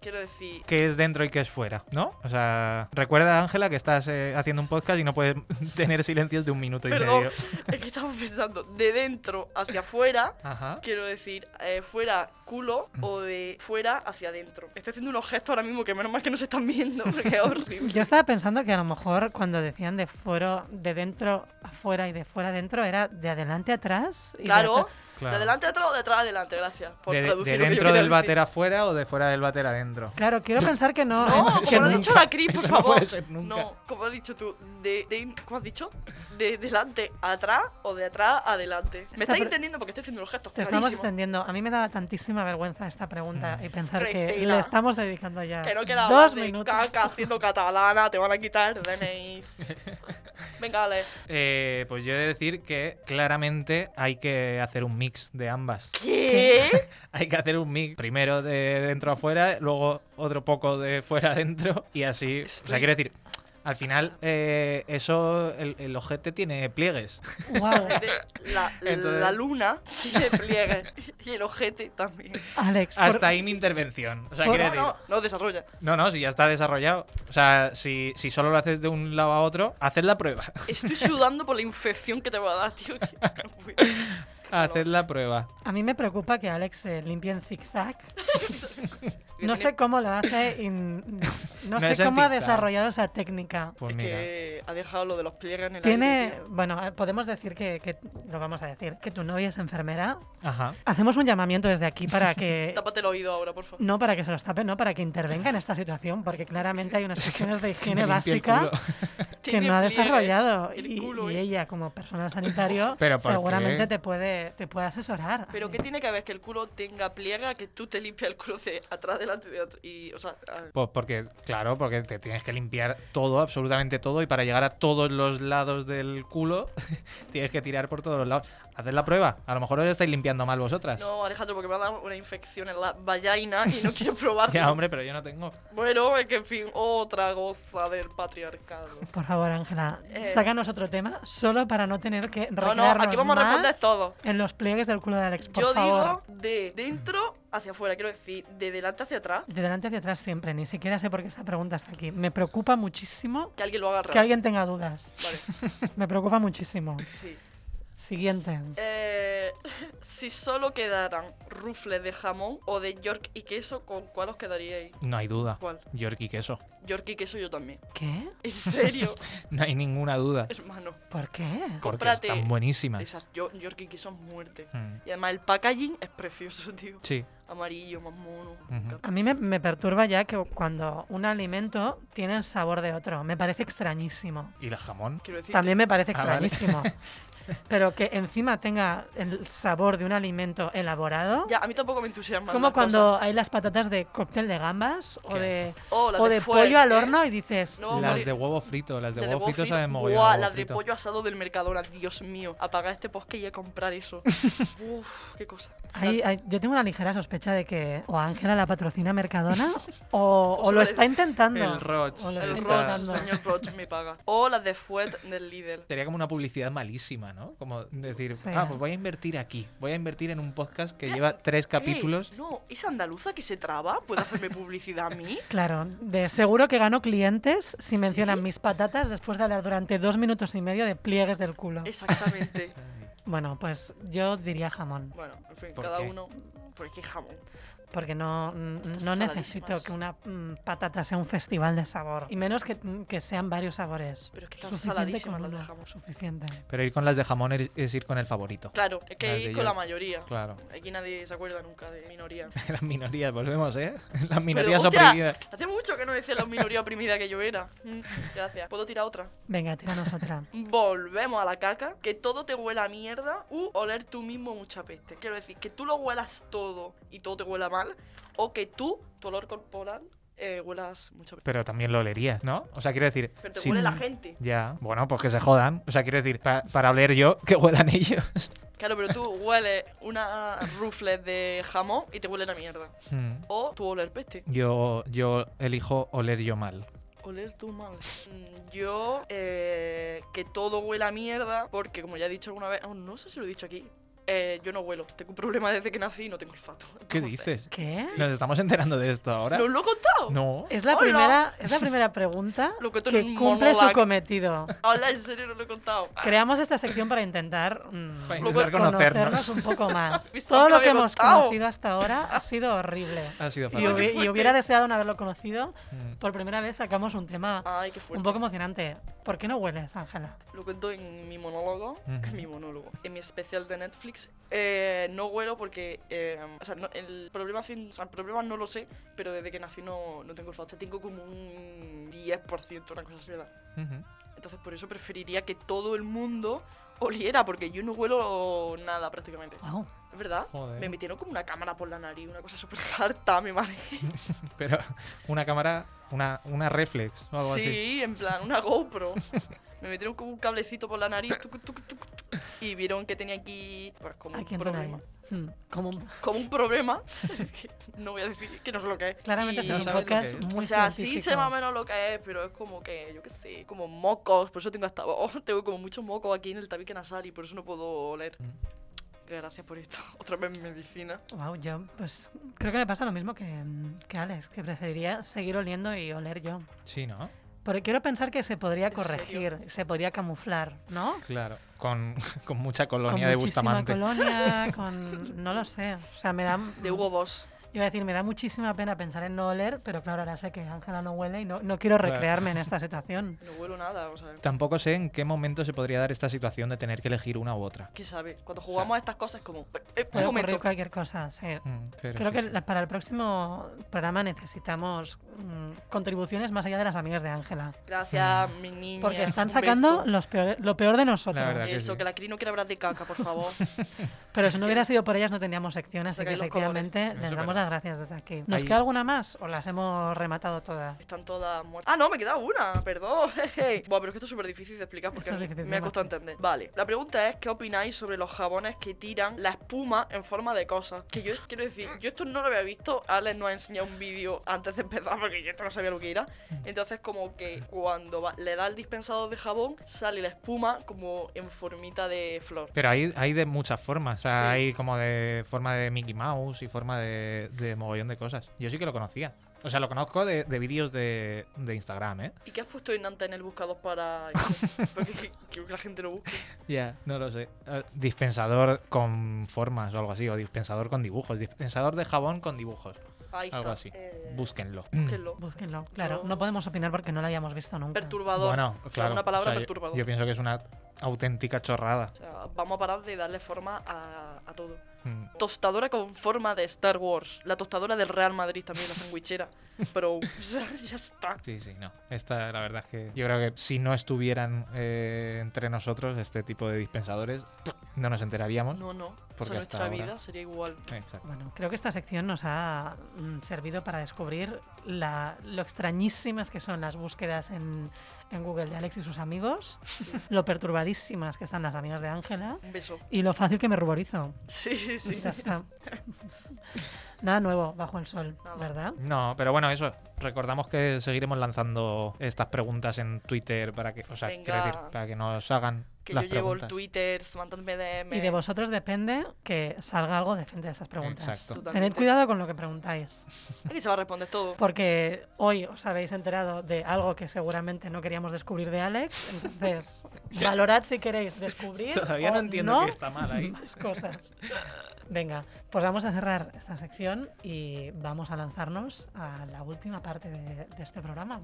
[SPEAKER 2] Quiero decir, [laughs]
[SPEAKER 3] qué es dentro y qué es fuera, ¿no? O sea, recuerda, Ángela, que estás eh, haciendo un podcast y no puedes [laughs] tener silencios de un minuto y
[SPEAKER 2] perdón,
[SPEAKER 3] medio.
[SPEAKER 2] es que estamos pensando de dentro hacia afuera
[SPEAKER 3] Ajá.
[SPEAKER 2] Quiero decir, eh, fuera culo o de fuera hacia adentro. Estoy haciendo unos gestos ahora mismo que menos mal que no se están
[SPEAKER 3] [laughs]
[SPEAKER 2] viendo porque es horrible.
[SPEAKER 1] Yo estaba pensando que a lo mejor cuando decían de fuero, de dentro afuera y de fuera adentro, era de adelante atrás. Y de
[SPEAKER 2] Claro,
[SPEAKER 1] atrás-
[SPEAKER 3] Claro.
[SPEAKER 2] de adelante atrás o de atrás adelante, gracias por
[SPEAKER 3] De, de
[SPEAKER 2] traducir. lo que yo
[SPEAKER 3] dentro
[SPEAKER 2] quería decir.
[SPEAKER 3] del váter afuera o de fuera del váter adentro.
[SPEAKER 1] Claro, quiero pensar que no.
[SPEAKER 3] [laughs]
[SPEAKER 1] [laughs]
[SPEAKER 2] No,
[SPEAKER 1] que
[SPEAKER 2] como lo ha
[SPEAKER 1] no.
[SPEAKER 2] dicho la Cris, por
[SPEAKER 3] Eso [laughs] no
[SPEAKER 2] favor.
[SPEAKER 3] puede ser nunca.
[SPEAKER 2] No, como has dicho tú, de, de- ¿cómo has dicho? De delante a atrás o de atrás a adelante. Me
[SPEAKER 1] Está
[SPEAKER 2] estás
[SPEAKER 1] pre-
[SPEAKER 2] entendiendo porque estoy haciendo unos gestos
[SPEAKER 1] Te estamos
[SPEAKER 2] clarísimos.
[SPEAKER 1] extendiendo. A mí me daba tantísima vergüenza esta pregunta y pensar que
[SPEAKER 2] Cristina.
[SPEAKER 1] le estamos dedicando ya
[SPEAKER 2] Que no queda
[SPEAKER 1] dos
[SPEAKER 2] de
[SPEAKER 1] minutos.
[SPEAKER 2] caca haciendo catalana, te van a quitar DNIs. Venga, Ale.
[SPEAKER 3] Eh, pues yo he de decir que claramente hay que hacer un mix de ambas. [laughs]
[SPEAKER 2] ¿Qué?
[SPEAKER 3] Hay que hacer un mix. Primero de dentro a fuera, luego otro poco de fuera [laughs] a dentro y así. O sea,
[SPEAKER 2] Estoy-
[SPEAKER 3] quiero decir, al final, eh, eso, el, el ojete tiene pliegues.
[SPEAKER 1] [laughs] Guau. [laughs]
[SPEAKER 2] De- la,
[SPEAKER 3] Entonces-
[SPEAKER 2] la luna tiene pliegues y el ojete también.
[SPEAKER 1] Alex, por-
[SPEAKER 3] Hasta ahí mi intervención. O sea,
[SPEAKER 1] por-
[SPEAKER 3] quiero
[SPEAKER 2] No,
[SPEAKER 3] decir.
[SPEAKER 2] no, no desarrolla.
[SPEAKER 3] No, no, si ya está desarrollado. O sea, si, si solo lo haces de un lado a otro, haced la prueba. [laughs]
[SPEAKER 2] Estoy sudando por la infección que te va a dar, tío. que-
[SPEAKER 1] [laughs]
[SPEAKER 3] haced la prueba.
[SPEAKER 1] a mí me preocupa que Alex se limpie en zigzag.
[SPEAKER 2] que
[SPEAKER 1] No
[SPEAKER 2] tiene-
[SPEAKER 1] sé cómo lo hace y n-
[SPEAKER 3] [laughs]
[SPEAKER 1] no,
[SPEAKER 3] No es
[SPEAKER 1] sé
[SPEAKER 3] en
[SPEAKER 1] cómo ha
[SPEAKER 3] zigzag.
[SPEAKER 1] desarrollado esa técnica.
[SPEAKER 3] Pues
[SPEAKER 2] es
[SPEAKER 3] mira.
[SPEAKER 2] que ha dejado lo de los pliegues en el aire,
[SPEAKER 1] Tiene,
[SPEAKER 2] tío.
[SPEAKER 1] bueno, eh, podemos decir que, que- lo vamos a decir, que tu novia es enfermera.
[SPEAKER 3] Ajá.
[SPEAKER 1] Hacemos un llamamiento desde aquí
[SPEAKER 2] [laughs]
[SPEAKER 1] para que
[SPEAKER 2] Tápate el oído ahora, por favor.
[SPEAKER 1] no para que se los tape, no, para que intervenga en esta situación, porque claramente hay unas cuestiones de higiene
[SPEAKER 3] [laughs] Me limpio el
[SPEAKER 1] básica
[SPEAKER 3] culo.
[SPEAKER 1] que
[SPEAKER 2] Tiene
[SPEAKER 1] no ha
[SPEAKER 2] pliegues,
[SPEAKER 1] desarrollado
[SPEAKER 2] el
[SPEAKER 1] y,
[SPEAKER 2] culo,
[SPEAKER 1] y
[SPEAKER 2] ¿eh?
[SPEAKER 1] ella como personal sanitario
[SPEAKER 3] [laughs] ¿Pero por
[SPEAKER 1] seguramente
[SPEAKER 3] qué?
[SPEAKER 1] te puede te puede asesorar.
[SPEAKER 2] Pero ¿qué tiene que ver que el culo tenga pliega que tú te limpias el culo de atrás, delante, de atrás? Y, o sea, ah,
[SPEAKER 3] Pues porque, claro, porque te tienes que limpiar todo, absolutamente todo, y para llegar a todos los lados del culo, [laughs] tienes que tirar por todos los lados. Haced la prueba. A lo mejor os estáis limpiando mal vosotras.
[SPEAKER 2] no, Alejandro, porque me ha dado una infección en la vallaina y no
[SPEAKER 1] [laughs]
[SPEAKER 2] quiero probarlo.
[SPEAKER 3] [laughs] Ya, hombre, pero yo no tengo.
[SPEAKER 2] Bueno, es que en fin, otra goza del patriarcado.
[SPEAKER 1] Por favor, Ángela,
[SPEAKER 2] Eh.
[SPEAKER 1] sácanos otro tema solo para no tener que
[SPEAKER 2] No, no,
[SPEAKER 1] recrearnos
[SPEAKER 2] aquí vamos a
[SPEAKER 1] más
[SPEAKER 2] responder todo.
[SPEAKER 1] en los pliegues del culo de Alex, por
[SPEAKER 2] Yo
[SPEAKER 1] favor.
[SPEAKER 2] digo de dentro hacia afuera, quiero decir, de delante hacia atrás,
[SPEAKER 1] De delante hacia atrás siempre, ni siquiera sé por qué esta pregunta está aquí. Me preocupa muchísimo
[SPEAKER 2] que alguien lo haga
[SPEAKER 1] que
[SPEAKER 2] raro.
[SPEAKER 1] alguien tenga dudas.
[SPEAKER 2] Vale,
[SPEAKER 1] Me preocupa muchísimo.
[SPEAKER 2] sí.
[SPEAKER 1] Siguiente.
[SPEAKER 2] Eh, [laughs] si solo quedaran rufles de jamón o de york y queso, ¿con cuál os quedaríais?
[SPEAKER 3] No hay duda.
[SPEAKER 2] ¿Cuál?
[SPEAKER 3] York y queso. [laughs]
[SPEAKER 2] York y queso yo también. [laughs]
[SPEAKER 1] ¿Qué? [laughs]
[SPEAKER 2] En serio,
[SPEAKER 3] No hay ninguna duda.
[SPEAKER 2] hermano.
[SPEAKER 1] ¿Por qué?
[SPEAKER 3] Porque
[SPEAKER 2] Cómprate
[SPEAKER 3] están buenísimas.
[SPEAKER 2] Esas yo- york y queso es muerte.
[SPEAKER 3] Mm.
[SPEAKER 2] Y además el packaging es precioso, [laughs] tío.
[SPEAKER 3] Sí.
[SPEAKER 2] Amarillo, más mono.
[SPEAKER 3] Ujú.
[SPEAKER 1] A mí me, me perturba ya que cuando un alimento tiene el sabor de otro. Me parece extrañísimo.
[SPEAKER 3] ¿Y el jamón?
[SPEAKER 2] Quiero decir,
[SPEAKER 1] También me parece
[SPEAKER 3] Ah,
[SPEAKER 2] [laughs]
[SPEAKER 3] vale.
[SPEAKER 1] extrañísimo. Pero que encima tenga el sabor de un alimento elaborado, ¿no?
[SPEAKER 2] Ya, a mí tampoco me entusiasma.
[SPEAKER 1] Como cuando hay las patatas de cóctel de gambas o
[SPEAKER 3] Qué
[SPEAKER 1] de,
[SPEAKER 2] Oh, la
[SPEAKER 1] o
[SPEAKER 2] de
[SPEAKER 1] de
[SPEAKER 2] fuet,
[SPEAKER 1] pollo al
[SPEAKER 2] eh.
[SPEAKER 1] horno y dices,
[SPEAKER 2] No,
[SPEAKER 3] las
[SPEAKER 2] morir.
[SPEAKER 3] de huevo frito, las de,
[SPEAKER 2] La
[SPEAKER 3] huevo frito
[SPEAKER 2] frito,
[SPEAKER 3] saben mogollón.
[SPEAKER 2] buah,
[SPEAKER 3] a huevo
[SPEAKER 2] las de
[SPEAKER 3] frito.
[SPEAKER 2] pollo asado del Mercadona, Dios mío. Apagar este bosque y a comprar
[SPEAKER 3] [laughs]
[SPEAKER 2] eso. Uf, qué cosa.
[SPEAKER 1] Ahí- ahí- yo tengo una ligera sospecha de que o Ángela la patrocina
[SPEAKER 2] [laughs]
[SPEAKER 1] Mercadona o,
[SPEAKER 2] O
[SPEAKER 1] o lo
[SPEAKER 2] su-
[SPEAKER 1] está intentando.
[SPEAKER 3] el Roch,
[SPEAKER 1] O lo está
[SPEAKER 2] El Roch,
[SPEAKER 3] Está-
[SPEAKER 2] el
[SPEAKER 1] intentando.
[SPEAKER 2] señor Roch me paga. O las de Fuet del Lidl.
[SPEAKER 3] Sería como una publicidad malísima, ¿no? Como decir,
[SPEAKER 1] Sí.
[SPEAKER 3] ah, pues voy a invertir aquí. Voy a invertir en un
[SPEAKER 2] [laughs]
[SPEAKER 3] podcast que lleva tres [laughs] capítulos.
[SPEAKER 2] Eh, no, ¿es andaluza que se traba? ¿Puede hacerme publicidad a mí?
[SPEAKER 1] Claro, de seguro que gano clientes si mencionan mis patatas después de hablar durante dos minutos y medio de pliegues del culo.
[SPEAKER 2] Exactamente.
[SPEAKER 3] [laughs]
[SPEAKER 1] Bueno, pues yo diría jamón,
[SPEAKER 2] Bueno, en fin,
[SPEAKER 3] ¿Por
[SPEAKER 2] cada
[SPEAKER 3] qué?
[SPEAKER 2] uno. Pues qué jamón.
[SPEAKER 1] porque no, n-
[SPEAKER 2] Estas
[SPEAKER 1] no
[SPEAKER 2] saladísimas.
[SPEAKER 1] necesito que una mm, patata sea un festival de sabor. Y menos que, mm, que sean varios sabores.
[SPEAKER 2] Pero es que están
[SPEAKER 1] Suficiente
[SPEAKER 2] saladísimas
[SPEAKER 1] con
[SPEAKER 2] las de
[SPEAKER 1] uno,
[SPEAKER 2] jamón.
[SPEAKER 1] Suficiente.
[SPEAKER 3] Pero ir con las de jamón es- es ir con el favorito.
[SPEAKER 2] Claro, es que
[SPEAKER 3] Las
[SPEAKER 2] ir
[SPEAKER 3] de
[SPEAKER 2] con
[SPEAKER 3] yo-
[SPEAKER 2] la mayoría.
[SPEAKER 3] Claro. [laughs]
[SPEAKER 2] Aquí nadie se acuerda nunca de minoría.
[SPEAKER 3] Las minorías, volvemos, ¿eh? Las
[SPEAKER 2] Pero,
[SPEAKER 3] minorías
[SPEAKER 2] hostia,
[SPEAKER 3] oprimidas.
[SPEAKER 2] Hace mucho que no decía la minoría oprimida que yo era. Mm, Gracias. ¿Puedo tirar otra?
[SPEAKER 1] Venga, tíranos otra.
[SPEAKER 2] [laughs]
[SPEAKER 1] [laughs]
[SPEAKER 2] Volvemos a la caca, que todo te huela a mierda u oler tú mismo mucha peste. Quiero decir, que tú lo huelas todo y todo te huela mal, o que tú, tu olor corporal, eh, huelas mucha peste.
[SPEAKER 3] Pero también lo olerías, ¿no? O sea, quiero decir.
[SPEAKER 2] Pero te
[SPEAKER 3] si-
[SPEAKER 2] huele la gente.
[SPEAKER 3] Ya, bueno, pues que se jodan. O sea, quiero decir, pa- para oler yo, [laughs] que huelan ellos.
[SPEAKER 2] Claro, pero tú hueles una rufle de jamón y te huele la mierda.
[SPEAKER 3] Hmm.
[SPEAKER 2] O tú oler peste.
[SPEAKER 3] Yo, yo elijo oler yo mal.
[SPEAKER 2] Oler tú mal. Mm, Yo, eh, que todo huela a mierda, porque como ya he dicho alguna vez, oh, no sé si lo he dicho aquí, eh, yo no huelo. Tengo un problema desde que nací y no tengo olfato.
[SPEAKER 3] ¿Qué
[SPEAKER 2] Entonces,
[SPEAKER 3] dices?
[SPEAKER 1] ¿Qué?
[SPEAKER 3] ¿Nos estamos enterando de esto ahora?
[SPEAKER 2] ¿No os lo he contado?
[SPEAKER 3] No.
[SPEAKER 1] Es la,
[SPEAKER 2] Hola.
[SPEAKER 1] primera, es la primera pregunta
[SPEAKER 2] [laughs] Lo que tú en
[SPEAKER 1] que
[SPEAKER 2] un
[SPEAKER 1] cumple su
[SPEAKER 2] monologue.
[SPEAKER 1] cometido.
[SPEAKER 2] Hola, en serio, no lo he contado.
[SPEAKER 1] Creamos esta sección para intentar mm,
[SPEAKER 3] Para
[SPEAKER 2] Luego
[SPEAKER 3] intentar conocernos.
[SPEAKER 1] un poco
[SPEAKER 2] [laughs]
[SPEAKER 1] más. Todo
[SPEAKER 2] Pensaba que
[SPEAKER 1] lo
[SPEAKER 2] lo
[SPEAKER 1] que
[SPEAKER 2] había
[SPEAKER 1] hemos
[SPEAKER 2] contado.
[SPEAKER 1] conocido hasta ahora ha sido horrible.
[SPEAKER 2] [laughs]
[SPEAKER 3] Ha sido
[SPEAKER 1] Y,
[SPEAKER 2] Ay, qué
[SPEAKER 3] fácil.
[SPEAKER 1] hubi- y
[SPEAKER 2] fuerte.
[SPEAKER 1] hubiera deseado no haberlo conocido.
[SPEAKER 3] Hmm.
[SPEAKER 1] Por primera vez sacamos un tema
[SPEAKER 2] Ay, Ah, qué fuerte.
[SPEAKER 1] un poco emocionante. ¿Por qué no hueles, Ángela?
[SPEAKER 2] Lo cuento en mi monólogo.
[SPEAKER 3] Ujú.
[SPEAKER 2] En mi monólogo. En mi especial de Netflix. Eh, no huelo porque. eh, o sea, no- el problema. cin- O sea, el problema no lo sé, pero desde que nací no, no tengo olfato. O sea, tengo como un 10%, una cosa así de edad.
[SPEAKER 3] Mm, Ujú.
[SPEAKER 2] Entonces, por eso preferiría que todo el mundo oliera, porque yo no huelo nada prácticamente.
[SPEAKER 1] Wow.
[SPEAKER 2] ¿Es verdad?
[SPEAKER 3] Ah, Joder.
[SPEAKER 2] Me metieron como una cámara por la nariz, una cosa súper harta, me mareé.
[SPEAKER 3] Pero una cámara, una, una reflex o algo así.
[SPEAKER 2] Sí, en plan, una GoPro. [laughs] Me metieron como un cablecito por la nariz tuc, tuc, tuc, tuc, y vieron que tenía aquí pues, como un
[SPEAKER 1] Aquí en tu
[SPEAKER 2] problema.
[SPEAKER 1] nariz. Mm, como un-
[SPEAKER 2] [laughs] Como un problema. [laughs] que no voy a decir que no sé lo que es.
[SPEAKER 1] Claramente
[SPEAKER 2] Y-
[SPEAKER 1] este es un
[SPEAKER 3] sabes lo que
[SPEAKER 1] podcast
[SPEAKER 3] es.
[SPEAKER 1] muy
[SPEAKER 2] O sea, sí
[SPEAKER 1] científico.
[SPEAKER 2] sé más o menos lo que es, pero es como que, yo qué sé, como mocos. Por eso tengo hasta. oh, [laughs] tengo como muchos mocos aquí en el tabique nasal y por eso no puedo oler.
[SPEAKER 3] Mm.
[SPEAKER 2] Gracias por esto. [laughs] Otra vez medicina.
[SPEAKER 1] Wow, yo pues creo que me pasa lo mismo que, que Alex, que preferiría seguir oliendo y oler yo.
[SPEAKER 3] Sí, ¿no?
[SPEAKER 1] Porque quiero pensar que se podría
[SPEAKER 2] ¿En serio?
[SPEAKER 1] corregir, se podría camuflar, ¿no?
[SPEAKER 3] Claro. Con, [laughs] con mucha
[SPEAKER 1] Con
[SPEAKER 3] colonia de
[SPEAKER 1] muchísima
[SPEAKER 2] [laughs]
[SPEAKER 3] Bustamante.
[SPEAKER 1] colonia, con... no lo sé. O sea, me da...
[SPEAKER 2] De Hugo Boss.
[SPEAKER 1] Iba a decir, me da muchísima pena pensar en no oler, pero claro, ahora sé que Ángela no huele y no, no quiero
[SPEAKER 3] Claro.
[SPEAKER 1] recrearme en esta
[SPEAKER 3] [laughs]
[SPEAKER 1] situación.
[SPEAKER 2] No huelo nada, o sea.
[SPEAKER 3] Tampoco sé en qué momento se podría dar esta situación de tener que elegir una u otra.
[SPEAKER 2] ¿Qué sabe? Cuando jugamos a estas cosas, como. eh, eh, un
[SPEAKER 1] Puede
[SPEAKER 2] momento.
[SPEAKER 1] ocurrir cualquier cosa, sí.
[SPEAKER 3] Mm, pero
[SPEAKER 1] Creo
[SPEAKER 3] sí,
[SPEAKER 1] que
[SPEAKER 3] sí.
[SPEAKER 1] la- para el próximo programa necesitamos mm, contribuciones más allá de las amigas de Ángela.
[SPEAKER 2] Gracias, mi niña.
[SPEAKER 1] Mm. Porque están
[SPEAKER 2] Un
[SPEAKER 1] sacando
[SPEAKER 2] beso.
[SPEAKER 1] los peor- lo peor de
[SPEAKER 3] La
[SPEAKER 1] nosotros.
[SPEAKER 3] verdad. que
[SPEAKER 2] Eso,
[SPEAKER 3] sí.
[SPEAKER 2] que la Cris no quiere hablar de caca,
[SPEAKER 1] [laughs]
[SPEAKER 2] por favor.
[SPEAKER 1] Pero si no hubiera sido por ellas no tendríamos sección, así que
[SPEAKER 2] Sacáis los colores.
[SPEAKER 1] efectivamente
[SPEAKER 3] Eso
[SPEAKER 1] les
[SPEAKER 3] es
[SPEAKER 1] damos
[SPEAKER 3] verdad.
[SPEAKER 1] las gracias desde aquí. ¿Nos
[SPEAKER 3] Ahí-
[SPEAKER 1] queda alguna más o las hemos rematado todas?
[SPEAKER 2] Están todas muertas. Ah, no, me queda una, perdón. [laughs] jeje. Buah, pero es que esto es súper difícil de explicar porque
[SPEAKER 1] Esto
[SPEAKER 2] a
[SPEAKER 1] es
[SPEAKER 2] mí
[SPEAKER 1] difícil,
[SPEAKER 2] me ha
[SPEAKER 1] ¿no?
[SPEAKER 2] costado entender. Vale, la pregunta es: ¿qué opináis sobre los jabones que tiran la espuma en forma de cosas? Que yo quiero decir, yo esto no lo había visto. Alex nos ha enseñado un vídeo antes de empezar porque yo esto no sabía lo que era.
[SPEAKER 1] Mm.
[SPEAKER 2] Entonces, como que cuando va- le da el dispensador de jabón, sale la espuma como en formita de flor.
[SPEAKER 3] Pero hay, hay de muchas formas. O sea,
[SPEAKER 2] Sí.
[SPEAKER 3] hay como de forma de Mickey Mouse y forma de, de mogollón de cosas. Yo sí que lo conocía. O sea, lo conozco de, de vídeos de, de Instagram, ¿eh?
[SPEAKER 2] ¿Y qué has puesto en antes en el buscador
[SPEAKER 3] [laughs]
[SPEAKER 2] para.? porque que- quiero que la gente lo busque.
[SPEAKER 3] Ya, no lo sé. Eh, dispensador con formas o algo así, o dispensador con dibujos. Dispensador de jabón con dibujos.
[SPEAKER 2] Ahí está.
[SPEAKER 3] Algo así.
[SPEAKER 2] Eh,
[SPEAKER 3] Búsquenlo.
[SPEAKER 2] búsquenlo.
[SPEAKER 1] Búsquenlo. Claro,
[SPEAKER 2] Yo-
[SPEAKER 1] no podemos opinar porque no la hayamos visto nunca.
[SPEAKER 2] Perturbador.
[SPEAKER 3] Mm. Bueno, claro.
[SPEAKER 2] una palabra
[SPEAKER 3] o sea, yo-
[SPEAKER 2] perturbadora.
[SPEAKER 3] Yo, pienso que es una auténtica chorrada.
[SPEAKER 2] O sea, vamos a parar de darle forma a, a todo.
[SPEAKER 3] Mm.
[SPEAKER 2] Tostadora con forma de Star Wars. La tostadora del Real Madrid también, la
[SPEAKER 3] [laughs]
[SPEAKER 2] sandwichera. Pero ya está.
[SPEAKER 3] Sí, sí, no. Esta, la verdad es que yo creo que si no estuvieran eh, entre nosotros este tipo de dispensadores, no nos enteraríamos.
[SPEAKER 2] No, no. O
[SPEAKER 3] Porque
[SPEAKER 2] sea, nuestra
[SPEAKER 3] hasta ahora-
[SPEAKER 2] vida sería igual.
[SPEAKER 3] Exacto.
[SPEAKER 1] Bueno, creo que esta sección nos ha mm, servido para descubrir la- lo extrañísimas que son las búsquedas en, en Google de Alex y sus
[SPEAKER 2] [laughs]
[SPEAKER 1] amigos, lo perturbadísimas que están las amigas de Ángela
[SPEAKER 2] Un
[SPEAKER 3] [laughs]
[SPEAKER 2] beso.
[SPEAKER 1] y lo fácil que me ruborizo.
[SPEAKER 2] Sí, sí, sí.
[SPEAKER 1] Ya está. Nada nuevo bajo el sol,
[SPEAKER 2] Nada.
[SPEAKER 1] ¿verdad?
[SPEAKER 3] No, pero bueno, eso. Recordamos que seguiremos lanzando estas preguntas en Twitter para que, o sea,
[SPEAKER 2] Venga.
[SPEAKER 3] quiero decir, para que nos hagan
[SPEAKER 2] [laughs] Que yo
[SPEAKER 3] las
[SPEAKER 2] llevo el
[SPEAKER 3] preguntas.
[SPEAKER 2] Twitter, mandadme DM.
[SPEAKER 1] Y de vosotros depende que salga algo decente de estas preguntas.
[SPEAKER 3] Exacto.
[SPEAKER 1] Tened
[SPEAKER 2] Totalmente.
[SPEAKER 1] cuidado con lo que preguntáis,
[SPEAKER 2] Aquí se va a responder todo.
[SPEAKER 1] porque hoy os habéis enterado de algo que seguramente no queríamos descubrir de Alex,
[SPEAKER 3] [laughs]
[SPEAKER 1] entonces valorad si queréis descubrir
[SPEAKER 3] Todavía
[SPEAKER 1] o
[SPEAKER 3] no entiendo qué está mal ahí.
[SPEAKER 1] [laughs] más cosas. Venga, pues vamos a cerrar esta sección y vamos a lanzarnos a la última parte de- de este programa.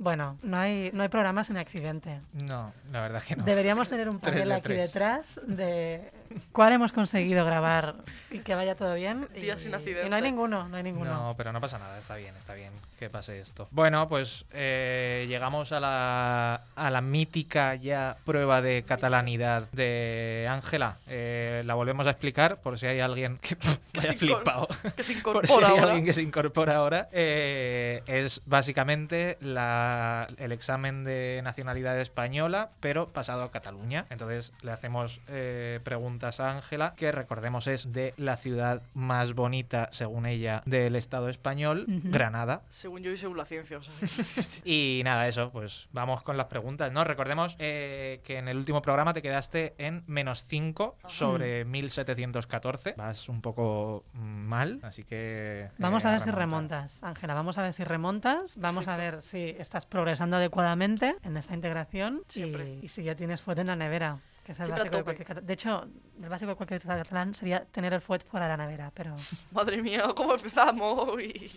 [SPEAKER 1] Bueno, no hay, no hay programa sin accidente.
[SPEAKER 3] No, la verdad es que no.
[SPEAKER 1] Deberíamos tener un
[SPEAKER 3] [laughs] Tres
[SPEAKER 1] panel
[SPEAKER 3] de
[SPEAKER 1] aquí
[SPEAKER 3] tres.
[SPEAKER 1] detrás de cuál hemos conseguido grabar y que vaya todo bien. Y,
[SPEAKER 2] Día sin
[SPEAKER 1] y
[SPEAKER 2] accidente.
[SPEAKER 1] no hay ninguno, no hay ninguno.
[SPEAKER 3] No, pero no pasa nada, está bien, está bien que pase esto. Bueno, pues eh, llegamos a la, a la mítica ya prueba de catalanidad de Ángela. Eh, la volvemos a explicar por si hay alguien que [laughs] haya
[SPEAKER 2] se incor-
[SPEAKER 3] flipado.
[SPEAKER 2] Que se
[SPEAKER 3] Por si hay
[SPEAKER 2] incorpora ahora.
[SPEAKER 3] alguien que se incorpora ahora, eh, es básicamente la- el examen de nacionalidad española, pero pasado a Cataluña. Entonces le hacemos eh, preguntas a Ángela, que recordemos es de la ciudad más bonita, según ella, del Estado español,
[SPEAKER 1] Ujú.
[SPEAKER 3] Granada.
[SPEAKER 2] Según yo y según la ciencia, o sea, sí.
[SPEAKER 3] Y nada, eso, pues vamos con las preguntas, ¿no? Recordemos eh, que en el último programa te quedaste en menos 5 sobre 1714. Vas un poco mm, mal, así que...
[SPEAKER 1] Vamos
[SPEAKER 3] eh,
[SPEAKER 1] a ver si
[SPEAKER 3] remonta.
[SPEAKER 1] remontas, Ángela. Vamos a ver si remontas. Vamos a ver si estás progresando adecuadamente en esta integración. y-
[SPEAKER 2] Siempre.
[SPEAKER 1] Y, si ya tienes fuet en la nevera. Que es el
[SPEAKER 2] Siempre a
[SPEAKER 1] básico de
[SPEAKER 2] tope.
[SPEAKER 1] cualquier cata- De hecho, el básico de cualquier catalán sería tener el fuet fuera de la nevera. Pero
[SPEAKER 2] Madre mía, ¿cómo empezamos?
[SPEAKER 3] [laughs]
[SPEAKER 2] Y...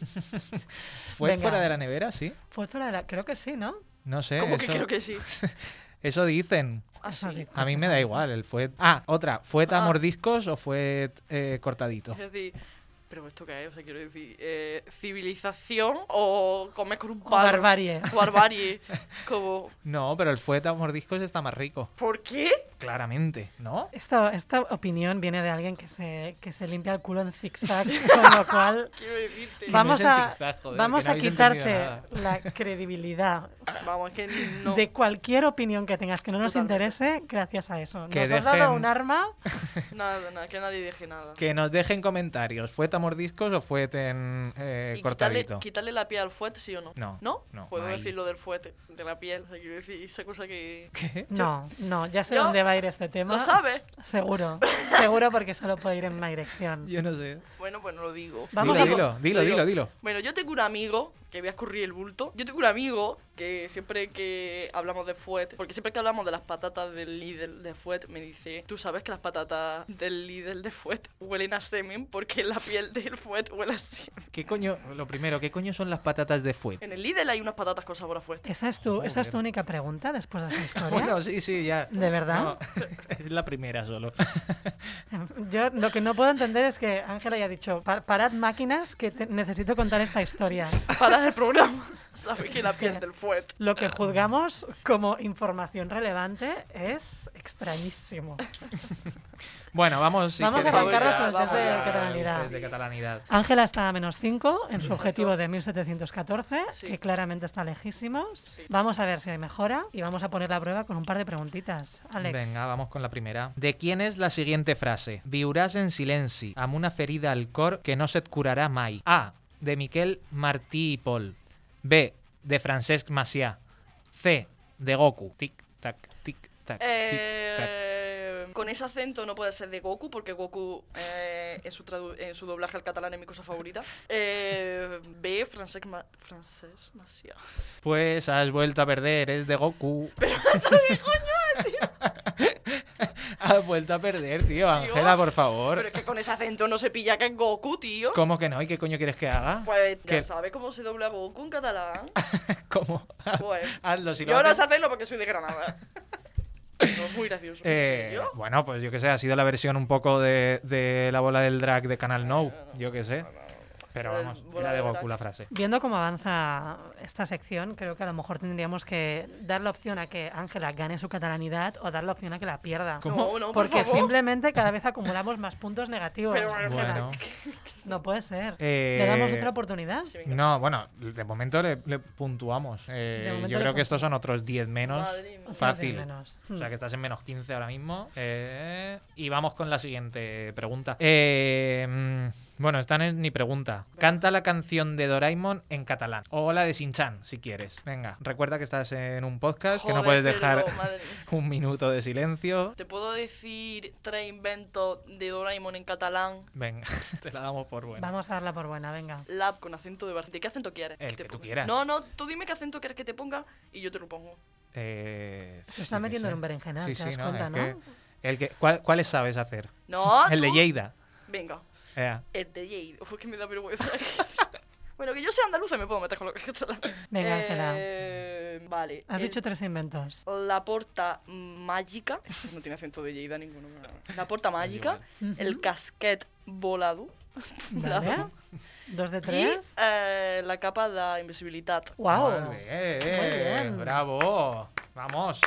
[SPEAKER 3] ¿Fue
[SPEAKER 1] Venga.
[SPEAKER 3] fuera de la nevera, sí?
[SPEAKER 1] [laughs] fuet fuera de la. Creo que sí, ¿no?
[SPEAKER 3] No sé.
[SPEAKER 2] ¿Cómo
[SPEAKER 3] Eh, eso,
[SPEAKER 2] que creo que sí?
[SPEAKER 3] eso dicen.
[SPEAKER 2] Así.
[SPEAKER 1] Eso dice.
[SPEAKER 3] A
[SPEAKER 1] Pues
[SPEAKER 3] mí
[SPEAKER 1] se
[SPEAKER 3] me da
[SPEAKER 1] sabe.
[SPEAKER 3] igual, el fue... Ah, otra. ¿Fue a
[SPEAKER 2] Ah.
[SPEAKER 3] mordiscos o fue eh, cortadito?
[SPEAKER 2] Es decir, pero esto qué es, o sea, quiero decir, eh, civilización o comer con un
[SPEAKER 1] O
[SPEAKER 2] palo.
[SPEAKER 1] [laughs] barbarie.
[SPEAKER 2] Barbarie. Como,
[SPEAKER 3] No, pero el fue a mordiscos está más rico.
[SPEAKER 2] ¿por qué?
[SPEAKER 3] Claramente, ¿no?
[SPEAKER 1] Esta, esta opinión viene de alguien que se, que se limpia el culo en [laughs] zigzag, con lo cual
[SPEAKER 2] Quiero decirte.
[SPEAKER 3] no Va-
[SPEAKER 1] vamos
[SPEAKER 3] es el
[SPEAKER 1] a,
[SPEAKER 3] zigzag, [laughs] joder,
[SPEAKER 1] vamos
[SPEAKER 3] que no
[SPEAKER 1] a
[SPEAKER 3] habéis entendido
[SPEAKER 1] quitarte
[SPEAKER 3] nada.
[SPEAKER 1] [laughs] la credibilidad
[SPEAKER 2] Vamos, es que no.
[SPEAKER 1] de cualquier opinión que tengas que no nos
[SPEAKER 2] Totalmente.
[SPEAKER 1] interese gracias a eso.
[SPEAKER 3] Que
[SPEAKER 1] nos has dado
[SPEAKER 3] dejen-
[SPEAKER 1] un arma,
[SPEAKER 2] Nada, nada, que nadie deje nada.
[SPEAKER 3] Que nos dejen comentarios. ¿Fue a mordiscos o fue en eh,
[SPEAKER 2] Y quitarle,
[SPEAKER 3] cortadito?
[SPEAKER 2] quitarle la piel al fuete, sí o no.
[SPEAKER 3] No,
[SPEAKER 2] ¿No?
[SPEAKER 3] no,
[SPEAKER 2] Puedo
[SPEAKER 3] ahí.
[SPEAKER 2] decir lo del fuete, de la piel. o sea, quiero decir, esa cosa que.
[SPEAKER 3] ¿Qué?
[SPEAKER 1] no, no, ya sé
[SPEAKER 2] Yo-
[SPEAKER 1] dónde va a ir este tema.
[SPEAKER 2] ¿Lo sabes?
[SPEAKER 1] [laughs] Seguro, seguro porque solo puede ir en una dirección.
[SPEAKER 3] Yo no sé.
[SPEAKER 2] Bueno, pues no lo digo.
[SPEAKER 1] Vamos a-
[SPEAKER 3] dilo, dilo, dilo,
[SPEAKER 2] Lo digo.
[SPEAKER 3] dilo, dilo.
[SPEAKER 2] Bueno, yo tengo un amigo, que voy a escurrir el bulto, yo tengo un amigo que siempre que hablamos de fuet, porque siempre que hablamos de las patatas del Lidl de fuet, me dice, tú sabes que las patatas del Lidl de fuet huelen a semen porque la piel del fuet huele a semen.
[SPEAKER 3] ¿Qué coño? Lo primero, ¿qué coño son las patatas de fue?
[SPEAKER 2] En el Lidl hay unas patatas con sabor a fuet.
[SPEAKER 1] ¿Esa es, tu, ¿Esa es tu
[SPEAKER 3] Joder.
[SPEAKER 1] única pregunta después de
[SPEAKER 2] [laughs]
[SPEAKER 1] esa historia?
[SPEAKER 3] Bueno, sí, sí, ya.
[SPEAKER 1] ¿De verdad?
[SPEAKER 3] No, [laughs] es la primera solo.
[SPEAKER 1] Yo lo que no puedo entender es que Ángela haya dicho, "Pa- parad máquinas que te- necesito contar esta historia.
[SPEAKER 2] Para el programa, [laughs] sabes que la
[SPEAKER 1] Es que-
[SPEAKER 2] piel del fuet.
[SPEAKER 1] Lo que juzgamos como información relevante es extrañísimo.
[SPEAKER 3] Bueno, vamos. si
[SPEAKER 1] Vamos a
[SPEAKER 3] queréis,
[SPEAKER 2] arrancarnos
[SPEAKER 3] ya,
[SPEAKER 2] con el test de
[SPEAKER 3] vamos ya,
[SPEAKER 1] catalanidad.
[SPEAKER 3] el test de catalanidad.
[SPEAKER 1] Ángela está a menos 5 en su objetivo de 1714,
[SPEAKER 2] Sí.
[SPEAKER 1] que claramente está lejísimos.
[SPEAKER 2] Sí.
[SPEAKER 1] Vamos a ver si hay mejora y vamos a poner la prueba con un par de preguntitas. Alex.
[SPEAKER 3] Venga, vamos con la primera. ¿De quién es la siguiente frase? Viurás en silenci, amb una ferida al cor que no se et curará mai. A. De Miquel Martí i Pol. B. De Francesc Macià. C. De Goku. Tic, tac, tic, tac, tic, tac.
[SPEAKER 2] Eh, con ese acento no puede ser de Goku, porque Goku eh, en, su tradu- en su doblaje al catalán es mi cosa favorita. Eh, B, francés, ma- francés Macià.
[SPEAKER 3] Pues has vuelto a perder, es de Goku.
[SPEAKER 2] [laughs]
[SPEAKER 3] Pero [laughs] Has vuelto a perder, tío. Ángela, por favor.
[SPEAKER 2] Pero es que con ese acento no se pilla que es Goku, tío.
[SPEAKER 3] ¿Cómo que no? ¿Y qué coño quieres que haga?
[SPEAKER 2] Pues ya
[SPEAKER 3] ¿Qué?
[SPEAKER 2] sabes cómo se dobla Goku en catalán.
[SPEAKER 3] [laughs] ¿Cómo?
[SPEAKER 2] Pues,
[SPEAKER 3] Hazlo si lo
[SPEAKER 2] yo no
[SPEAKER 3] haces-
[SPEAKER 2] sé hacerlo porque soy de
[SPEAKER 3] [laughs]
[SPEAKER 2] Granada. No, es muy gracioso. ¿en
[SPEAKER 3] Eh,
[SPEAKER 2] serio?
[SPEAKER 3] bueno, pues yo que sé, ha sido la versión un poco de, de la bola del drag de Canal No, yo que sé. Pero
[SPEAKER 2] La del
[SPEAKER 3] vamos,
[SPEAKER 2] bola
[SPEAKER 3] era de
[SPEAKER 2] del
[SPEAKER 3] Goku
[SPEAKER 2] drag.
[SPEAKER 3] la frase.
[SPEAKER 1] Viendo cómo avanza esta sección, creo que a lo mejor tendríamos que dar la opción a que Ángela gane su catalanidad o dar la opción a que la pierda.
[SPEAKER 3] ¿Cómo?
[SPEAKER 2] No, no, por
[SPEAKER 1] Porque
[SPEAKER 2] favor.
[SPEAKER 1] simplemente cada vez acumulamos más puntos negativos.
[SPEAKER 2] Pero,
[SPEAKER 1] Ángela.
[SPEAKER 3] Bueno.
[SPEAKER 1] No puede ser.
[SPEAKER 3] Eh,
[SPEAKER 1] ¿Le damos otra oportunidad?
[SPEAKER 2] Sí, venga.
[SPEAKER 3] No, bueno, de momento le, le puntuamos. Eh,
[SPEAKER 1] De momento
[SPEAKER 3] yo
[SPEAKER 1] le
[SPEAKER 3] creo que
[SPEAKER 1] puntu-
[SPEAKER 3] estos son otros 10 menos.
[SPEAKER 2] Madre mía.
[SPEAKER 3] Fácil.
[SPEAKER 1] Menos.
[SPEAKER 3] O sea
[SPEAKER 1] Mm.
[SPEAKER 3] que estás en menos 15 ahora mismo. Eh, y vamos con la siguiente pregunta. Eh, mm, bueno, esta no es ni pregunta. Canta la canción de Doraemon en catalán. O la de Shin-Chan, si quieres. Venga, recuerda que estás en un podcast, que no
[SPEAKER 2] Joder,
[SPEAKER 3] puedes dejar
[SPEAKER 2] Pedro, madre mía.
[SPEAKER 3] [laughs] un minuto de silencio.
[SPEAKER 2] Te puedo decir tres inventos de Doraemon en catalán.
[SPEAKER 3] Venga, [laughs] te la damos por buena.
[SPEAKER 1] Vamos a darla por buena, venga.
[SPEAKER 2] Lab con acento de Barcelona. ¿De qué acento quieres?
[SPEAKER 3] El
[SPEAKER 2] te
[SPEAKER 3] que tú
[SPEAKER 2] ponga?
[SPEAKER 3] quieras.
[SPEAKER 2] No, no, tú dime qué acento quieres que te ponga y yo te lo pongo.
[SPEAKER 3] Eh,
[SPEAKER 1] Se está
[SPEAKER 3] sí que
[SPEAKER 1] metiendo
[SPEAKER 3] sé.
[SPEAKER 1] en un berenjenal,
[SPEAKER 3] Sí,
[SPEAKER 1] te das
[SPEAKER 3] sí, no,
[SPEAKER 1] cuenta,
[SPEAKER 3] es
[SPEAKER 1] ¿no? Ah,
[SPEAKER 3] que- el que, ¿cuál- ¿Cuáles sabes hacer?
[SPEAKER 2] No,
[SPEAKER 3] [laughs] El de
[SPEAKER 2] tú-
[SPEAKER 3] Lleida.
[SPEAKER 2] Venga,
[SPEAKER 3] Ea.
[SPEAKER 2] el de Jade. Ojo, que me da vergüenza. [laughs] bueno, que yo sea andaluza y me puedo meter con lo que [laughs] es catalán.
[SPEAKER 1] Venga, Ángela.
[SPEAKER 2] Eh, Vale.
[SPEAKER 1] Has
[SPEAKER 2] el-
[SPEAKER 1] dicho tres
[SPEAKER 2] [laughs]
[SPEAKER 1] inventos.
[SPEAKER 2] La porta mágica. Este No tiene acento de Lleida ninguno. claro. La
[SPEAKER 3] [laughs]
[SPEAKER 2] porta mágica. El
[SPEAKER 1] Ujú.
[SPEAKER 2] casquet volado. [laughs]
[SPEAKER 1] Vale. Dos de
[SPEAKER 2] I
[SPEAKER 1] tres.
[SPEAKER 2] eh, la capa d'invisibilitat.
[SPEAKER 1] ¡Guau!
[SPEAKER 3] Muy bien,
[SPEAKER 1] Muy bien.
[SPEAKER 3] eh, bravo. Vamos.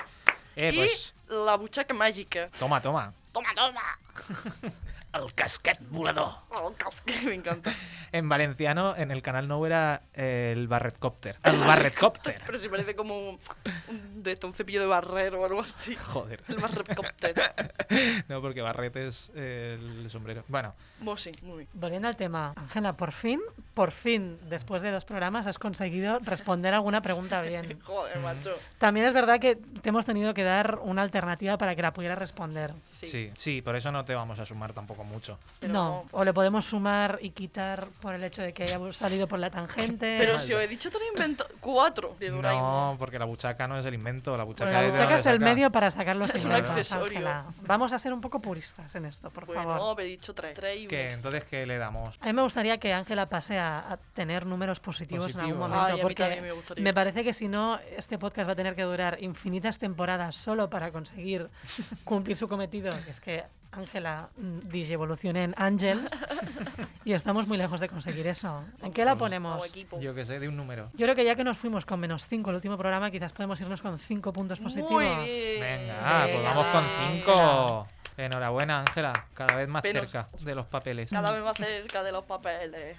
[SPEAKER 3] Eh,
[SPEAKER 2] I
[SPEAKER 3] pues
[SPEAKER 2] la butxaca màgica.
[SPEAKER 3] toma, toma.
[SPEAKER 2] Toma, toma!
[SPEAKER 3] [laughs] El casquet volador.
[SPEAKER 2] El casquet, m'encanta.
[SPEAKER 3] En valenciano, en el canal no era eh, el barretcópter. El barretcópter.
[SPEAKER 2] Pero si parece como un, un de esto, un cepillo de barrer o algo así.
[SPEAKER 3] [laughs] Joder.
[SPEAKER 2] El barrecóptero.
[SPEAKER 3] No, porque barret es eh, el sombrero. Bueno,
[SPEAKER 2] Mosi, muy bien.
[SPEAKER 1] Volviendo al tema, Ángela, por fin, por fin, después de dos programas, has conseguido responder alguna pregunta bien.
[SPEAKER 2] Joder, macho.
[SPEAKER 1] También es verdad que te hemos tenido que dar una alternativa para que la pudieras responder.
[SPEAKER 2] Sí.
[SPEAKER 3] sí. sí, por eso no te vamos a sumar tampoco mucho.
[SPEAKER 2] Pero
[SPEAKER 1] no,
[SPEAKER 2] no.
[SPEAKER 1] o le podemos sumar y quitar por el hecho de que haya salido por la tangente.
[SPEAKER 2] Pero si os he dicho, te lo invento. Cuatro de Doraemon.
[SPEAKER 3] No, porque la buchaca no es el invento. La buchaca,
[SPEAKER 1] la
[SPEAKER 3] es de
[SPEAKER 1] buchaca
[SPEAKER 3] donde
[SPEAKER 1] es el
[SPEAKER 3] saca.
[SPEAKER 1] medio para sacar los
[SPEAKER 2] Es
[SPEAKER 3] un
[SPEAKER 1] inventos,
[SPEAKER 2] accesorio.
[SPEAKER 1] Ángela. Vamos a ser un poco puristas en esto, por
[SPEAKER 2] Pues
[SPEAKER 1] favor.
[SPEAKER 2] no, he dicho tres. Tres y un
[SPEAKER 3] Que
[SPEAKER 2] extra.
[SPEAKER 3] entonces, ¿qué le damos?
[SPEAKER 1] A mí me gustaría que Ángela pase a, a tener números positivos en algún
[SPEAKER 3] Positivo.
[SPEAKER 1] momento,
[SPEAKER 2] Ay, a mí
[SPEAKER 1] porque
[SPEAKER 2] también me gustaría.
[SPEAKER 1] parece que si no, este podcast va a tener que durar infinitas temporadas solo para
[SPEAKER 2] [laughs]
[SPEAKER 1] conseguir cumplir su cometido, que es que Ángela mm, DJ evolucione en Ángel, y estamos muy lejos de conseguir eso. ¿En qué la ponemos?
[SPEAKER 2] Como equipo.
[SPEAKER 3] Yo que sé, de un número.
[SPEAKER 1] Yo creo que ya que nos fuimos con menos 5 el último programa, quizás podemos irnos con 5 puntos positivos.
[SPEAKER 2] Muy bien.
[SPEAKER 3] Venga, pues vamos con
[SPEAKER 1] Venga.
[SPEAKER 3] cinco. Enhorabuena, Ángela. Cada vez más
[SPEAKER 2] Pero-
[SPEAKER 3] cerca de los papeles.
[SPEAKER 2] Cada vez más cerca de los papeles.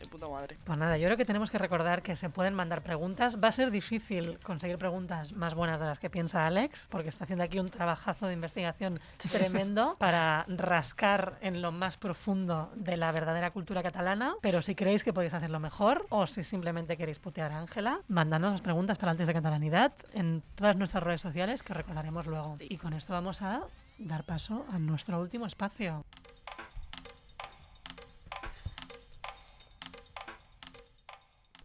[SPEAKER 2] De puta madre.
[SPEAKER 1] Pues nada, yo creo que tenemos que recordar que se pueden mandar preguntas. Va a ser difícil conseguir preguntas más buenas de las que piensa Alex, porque está haciendo aquí un trabajazo de investigación tremendo para rascar en lo más profundo de la verdadera cultura catalana. Pero si creéis que podéis hacerlo mejor o si simplemente queréis putear a Ángela, mandadnos las preguntas para antes de Catalanidad en todas nuestras redes sociales que os recordaremos luego. Y con esto vamos a dar paso a nuestro último espacio.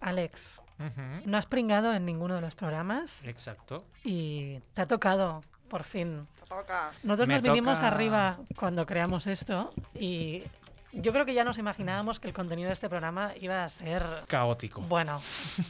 [SPEAKER 1] Alex,
[SPEAKER 3] Ujú.
[SPEAKER 1] no has pringado en ninguno de los programas
[SPEAKER 3] Exacto.
[SPEAKER 1] y te ha tocado, por fin.
[SPEAKER 2] Te toca.
[SPEAKER 1] Nosotros
[SPEAKER 3] Me
[SPEAKER 1] nos vinimos
[SPEAKER 3] toca.
[SPEAKER 1] arriba cuando creamos esto y yo creo que ya nos imaginábamos que el contenido de este programa iba a ser,
[SPEAKER 3] Caótico.
[SPEAKER 1] bueno,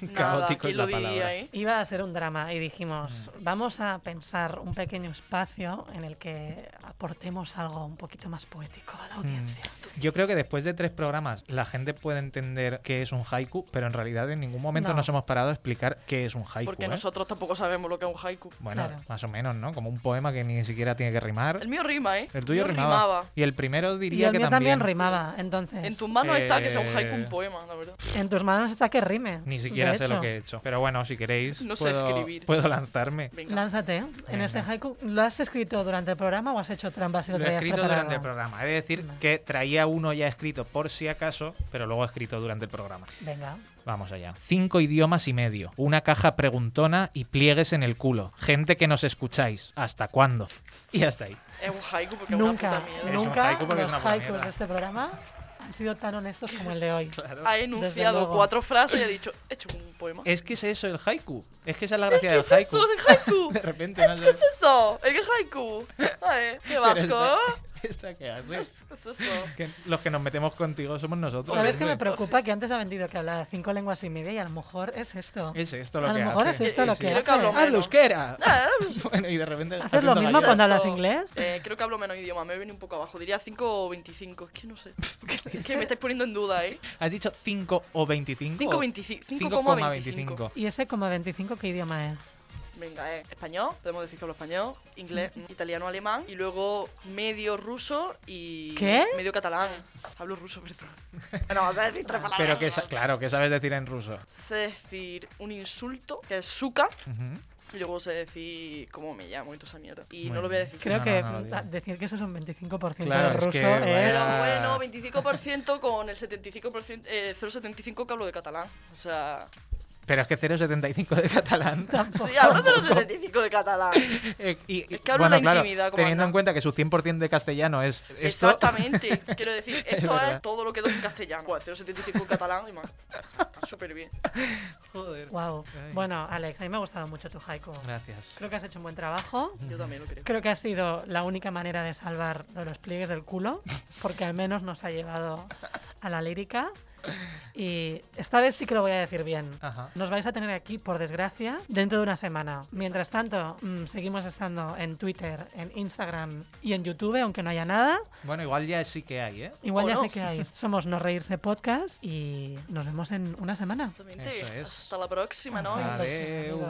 [SPEAKER 2] Nada,
[SPEAKER 3] [laughs] Caótico
[SPEAKER 2] ¿quién
[SPEAKER 3] es
[SPEAKER 2] lo
[SPEAKER 3] la
[SPEAKER 2] diría,
[SPEAKER 3] palabra.
[SPEAKER 2] eh?
[SPEAKER 1] iba a ser un drama y dijimos,
[SPEAKER 3] Mm.
[SPEAKER 1] vamos a pensar un pequeño espacio en el que aportemos algo un poquito más poético
[SPEAKER 3] Mm.
[SPEAKER 1] a la audiencia.
[SPEAKER 3] Yo creo que después de tres programas la gente puede entender qué es un haiku, pero en realidad en ningún momento
[SPEAKER 1] No.
[SPEAKER 3] nos hemos parado a explicar qué es un haiku.
[SPEAKER 2] Porque
[SPEAKER 3] ¿eh?
[SPEAKER 2] nosotros tampoco sabemos lo que es un haiku.
[SPEAKER 3] Bueno,
[SPEAKER 1] Claro.
[SPEAKER 3] más o menos, ¿no? Como un poema que ni siquiera tiene que rimar.
[SPEAKER 2] El mío rima, ¿eh?
[SPEAKER 3] El tuyo
[SPEAKER 2] Mío
[SPEAKER 3] rimaba. Y el primero
[SPEAKER 1] Y
[SPEAKER 3] diría
[SPEAKER 1] el
[SPEAKER 3] que
[SPEAKER 1] mío
[SPEAKER 3] también.
[SPEAKER 1] también rimaba, entonces.
[SPEAKER 2] En tus manos está que sea un haiku,
[SPEAKER 3] Eh,
[SPEAKER 2] un poema, la verdad.
[SPEAKER 1] en tus manos está que rime.
[SPEAKER 3] Ni siquiera
[SPEAKER 1] de
[SPEAKER 3] sé lo
[SPEAKER 1] hecho.
[SPEAKER 3] que he hecho. Pero bueno, si queréis,
[SPEAKER 2] No sé
[SPEAKER 3] puedo,
[SPEAKER 2] escribir.
[SPEAKER 3] puedo lanzarme.
[SPEAKER 2] Venga.
[SPEAKER 1] Lánzate. En este haiku, ¿lo has escrito durante el programa o has hecho hecho trampa si lo,
[SPEAKER 3] Lo he
[SPEAKER 1] traías
[SPEAKER 3] escrito
[SPEAKER 1] preparado.
[SPEAKER 3] durante el programa. Es decir,
[SPEAKER 1] Vale.
[SPEAKER 3] que traía uno ya escrito por si acaso, pero luego escrito durante el programa.
[SPEAKER 1] Venga.
[SPEAKER 3] Vamos allá. Cinco idiomas y medio. Una caja preguntona y pliegues en el culo. Gente que nos escucháis. ¿Hasta cuándo? [laughs] Y hasta ahí.
[SPEAKER 2] Es un haiku porque es
[SPEAKER 1] Nunca,
[SPEAKER 2] una puta mierda.
[SPEAKER 3] Es un
[SPEAKER 1] nunca
[SPEAKER 3] haiku porque es
[SPEAKER 1] los
[SPEAKER 3] una puta
[SPEAKER 1] haikus
[SPEAKER 3] mierda.
[SPEAKER 1] de este programa han sido tan honestos como el de hoy.
[SPEAKER 2] Ha
[SPEAKER 1] Desde
[SPEAKER 2] enunciado
[SPEAKER 1] luego.
[SPEAKER 2] cuatro frases y ha dicho, he hecho un poema.
[SPEAKER 3] Es que es eso el haiku. Es que esa es la gracia
[SPEAKER 2] ¿Qué
[SPEAKER 3] del
[SPEAKER 2] es
[SPEAKER 3] Eh, haiku.
[SPEAKER 2] eso del haiku?
[SPEAKER 3] De repente no sé.
[SPEAKER 2] ¿Qué es eso? ¿El que es haiku? Ay, qué vasco.
[SPEAKER 3] [laughs] Esta, esta que haces.
[SPEAKER 2] ¿Qué es eso?
[SPEAKER 3] Que los que nos metemos contigo somos nosotros.
[SPEAKER 1] ¿Sabes qué me
[SPEAKER 3] hombre.
[SPEAKER 1] preocupa? Que antes ha vendido que hablaba cinco lenguas y media y a lo mejor es esto.
[SPEAKER 3] Es esto lo
[SPEAKER 1] A lo
[SPEAKER 3] que
[SPEAKER 1] mejor
[SPEAKER 3] hace.
[SPEAKER 1] es esto lo que
[SPEAKER 2] Creo que hablo
[SPEAKER 1] hace.
[SPEAKER 2] menos.
[SPEAKER 3] ¡Habla euskera!
[SPEAKER 2] Ah,
[SPEAKER 3] [laughs] bueno, y de repente.
[SPEAKER 1] ¿Haces lo
[SPEAKER 3] apunta
[SPEAKER 1] mismo
[SPEAKER 3] la
[SPEAKER 2] ¿Qué es
[SPEAKER 3] guitarra.
[SPEAKER 1] cuando hablas
[SPEAKER 2] esto?
[SPEAKER 1] inglés?
[SPEAKER 2] Eh, creo que hablo menos idioma, me he venido un poco abajo. Diría 5 o 25, es que no sé. [laughs] Es que me estáis poniendo en duda, ¿eh?
[SPEAKER 3] ¿Has dicho 5 o 25?
[SPEAKER 2] 5,25.
[SPEAKER 3] 5,25.
[SPEAKER 1] ¿Y ese coma 25 qué idioma es?
[SPEAKER 2] Venga, eh. Español, podemos decir que hablo español, inglés,
[SPEAKER 3] Mm.
[SPEAKER 2] italiano, alemán y luego medio ruso y.
[SPEAKER 1] ¿Qué?
[SPEAKER 2] Medio catalán. Hablo ruso, [laughs]
[SPEAKER 3] [laughs]
[SPEAKER 2] perdón. No, vamos a decir tres palabras.
[SPEAKER 3] Pero que, sa- claro, que sabes decir en ruso.
[SPEAKER 2] Sé decir un insulto, que es suka,
[SPEAKER 3] Ujú.
[SPEAKER 2] y luego sé decir cómo me llamo y toda esa mierda. Y
[SPEAKER 3] Muy
[SPEAKER 2] no lo voy a
[SPEAKER 3] bien.
[SPEAKER 2] decir.
[SPEAKER 1] Creo
[SPEAKER 3] No,
[SPEAKER 1] que
[SPEAKER 3] no, no lo digo.
[SPEAKER 1] ah, decir que eso es un 25%
[SPEAKER 3] Claro,
[SPEAKER 1] de
[SPEAKER 3] es
[SPEAKER 1] ruso
[SPEAKER 3] que,
[SPEAKER 1] es...
[SPEAKER 3] bueno.
[SPEAKER 2] Pero bueno, 25% con el 75%, eh, 0,75 que hablo de catalán. O
[SPEAKER 3] [laughs]
[SPEAKER 2] sea,
[SPEAKER 3] Pero es que 0,75 de catalán.
[SPEAKER 2] sí, hablo de los 75 de catalán.
[SPEAKER 3] Eh, y, y-
[SPEAKER 2] Es que hablo
[SPEAKER 3] bueno,
[SPEAKER 2] en la
[SPEAKER 3] claro,
[SPEAKER 2] intimidad, como
[SPEAKER 3] teniendo
[SPEAKER 2] anda.
[SPEAKER 3] en cuenta que su 100% de castellano es esto,
[SPEAKER 2] Exactamente. Quiero decir, esto es,
[SPEAKER 3] verdad.
[SPEAKER 2] todo lo que doy en castellano. Pues 0,75 en catalán y más. Está Súper bien.
[SPEAKER 3] [laughs] joder.
[SPEAKER 1] Wow.
[SPEAKER 3] Ay.
[SPEAKER 1] Bueno, Alex, a mí me ha gustado mucho tu haiku.
[SPEAKER 3] Gracias.
[SPEAKER 1] Creo que has hecho un buen trabajo.
[SPEAKER 2] Yo también lo creo.
[SPEAKER 1] Creo que ha sido la única manera de salvar lo de los pliegues del culo, porque al menos nos ha llevado a la lírica. Y esta vez sí que lo voy a decir bien.
[SPEAKER 3] Ajá.
[SPEAKER 1] Nos vais a tener aquí, por desgracia, dentro de una semana. Mientras tanto, mm, seguimos estando en Twitter, en Instagram y en YouTube, aunque no haya nada.
[SPEAKER 3] Bueno, igual ya sí que hay, ¿eh?
[SPEAKER 1] Igual
[SPEAKER 2] O
[SPEAKER 1] ya
[SPEAKER 2] no.
[SPEAKER 1] sé que
[SPEAKER 2] [laughs]
[SPEAKER 1] hay. Somos No Reírse Podcast y nos vemos en una semana.
[SPEAKER 2] Exactamente.
[SPEAKER 3] Eso es.
[SPEAKER 2] Hasta la próxima, ¿no?
[SPEAKER 1] Hasta la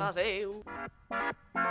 [SPEAKER 3] Adeu.
[SPEAKER 1] próxima.
[SPEAKER 2] Adeu.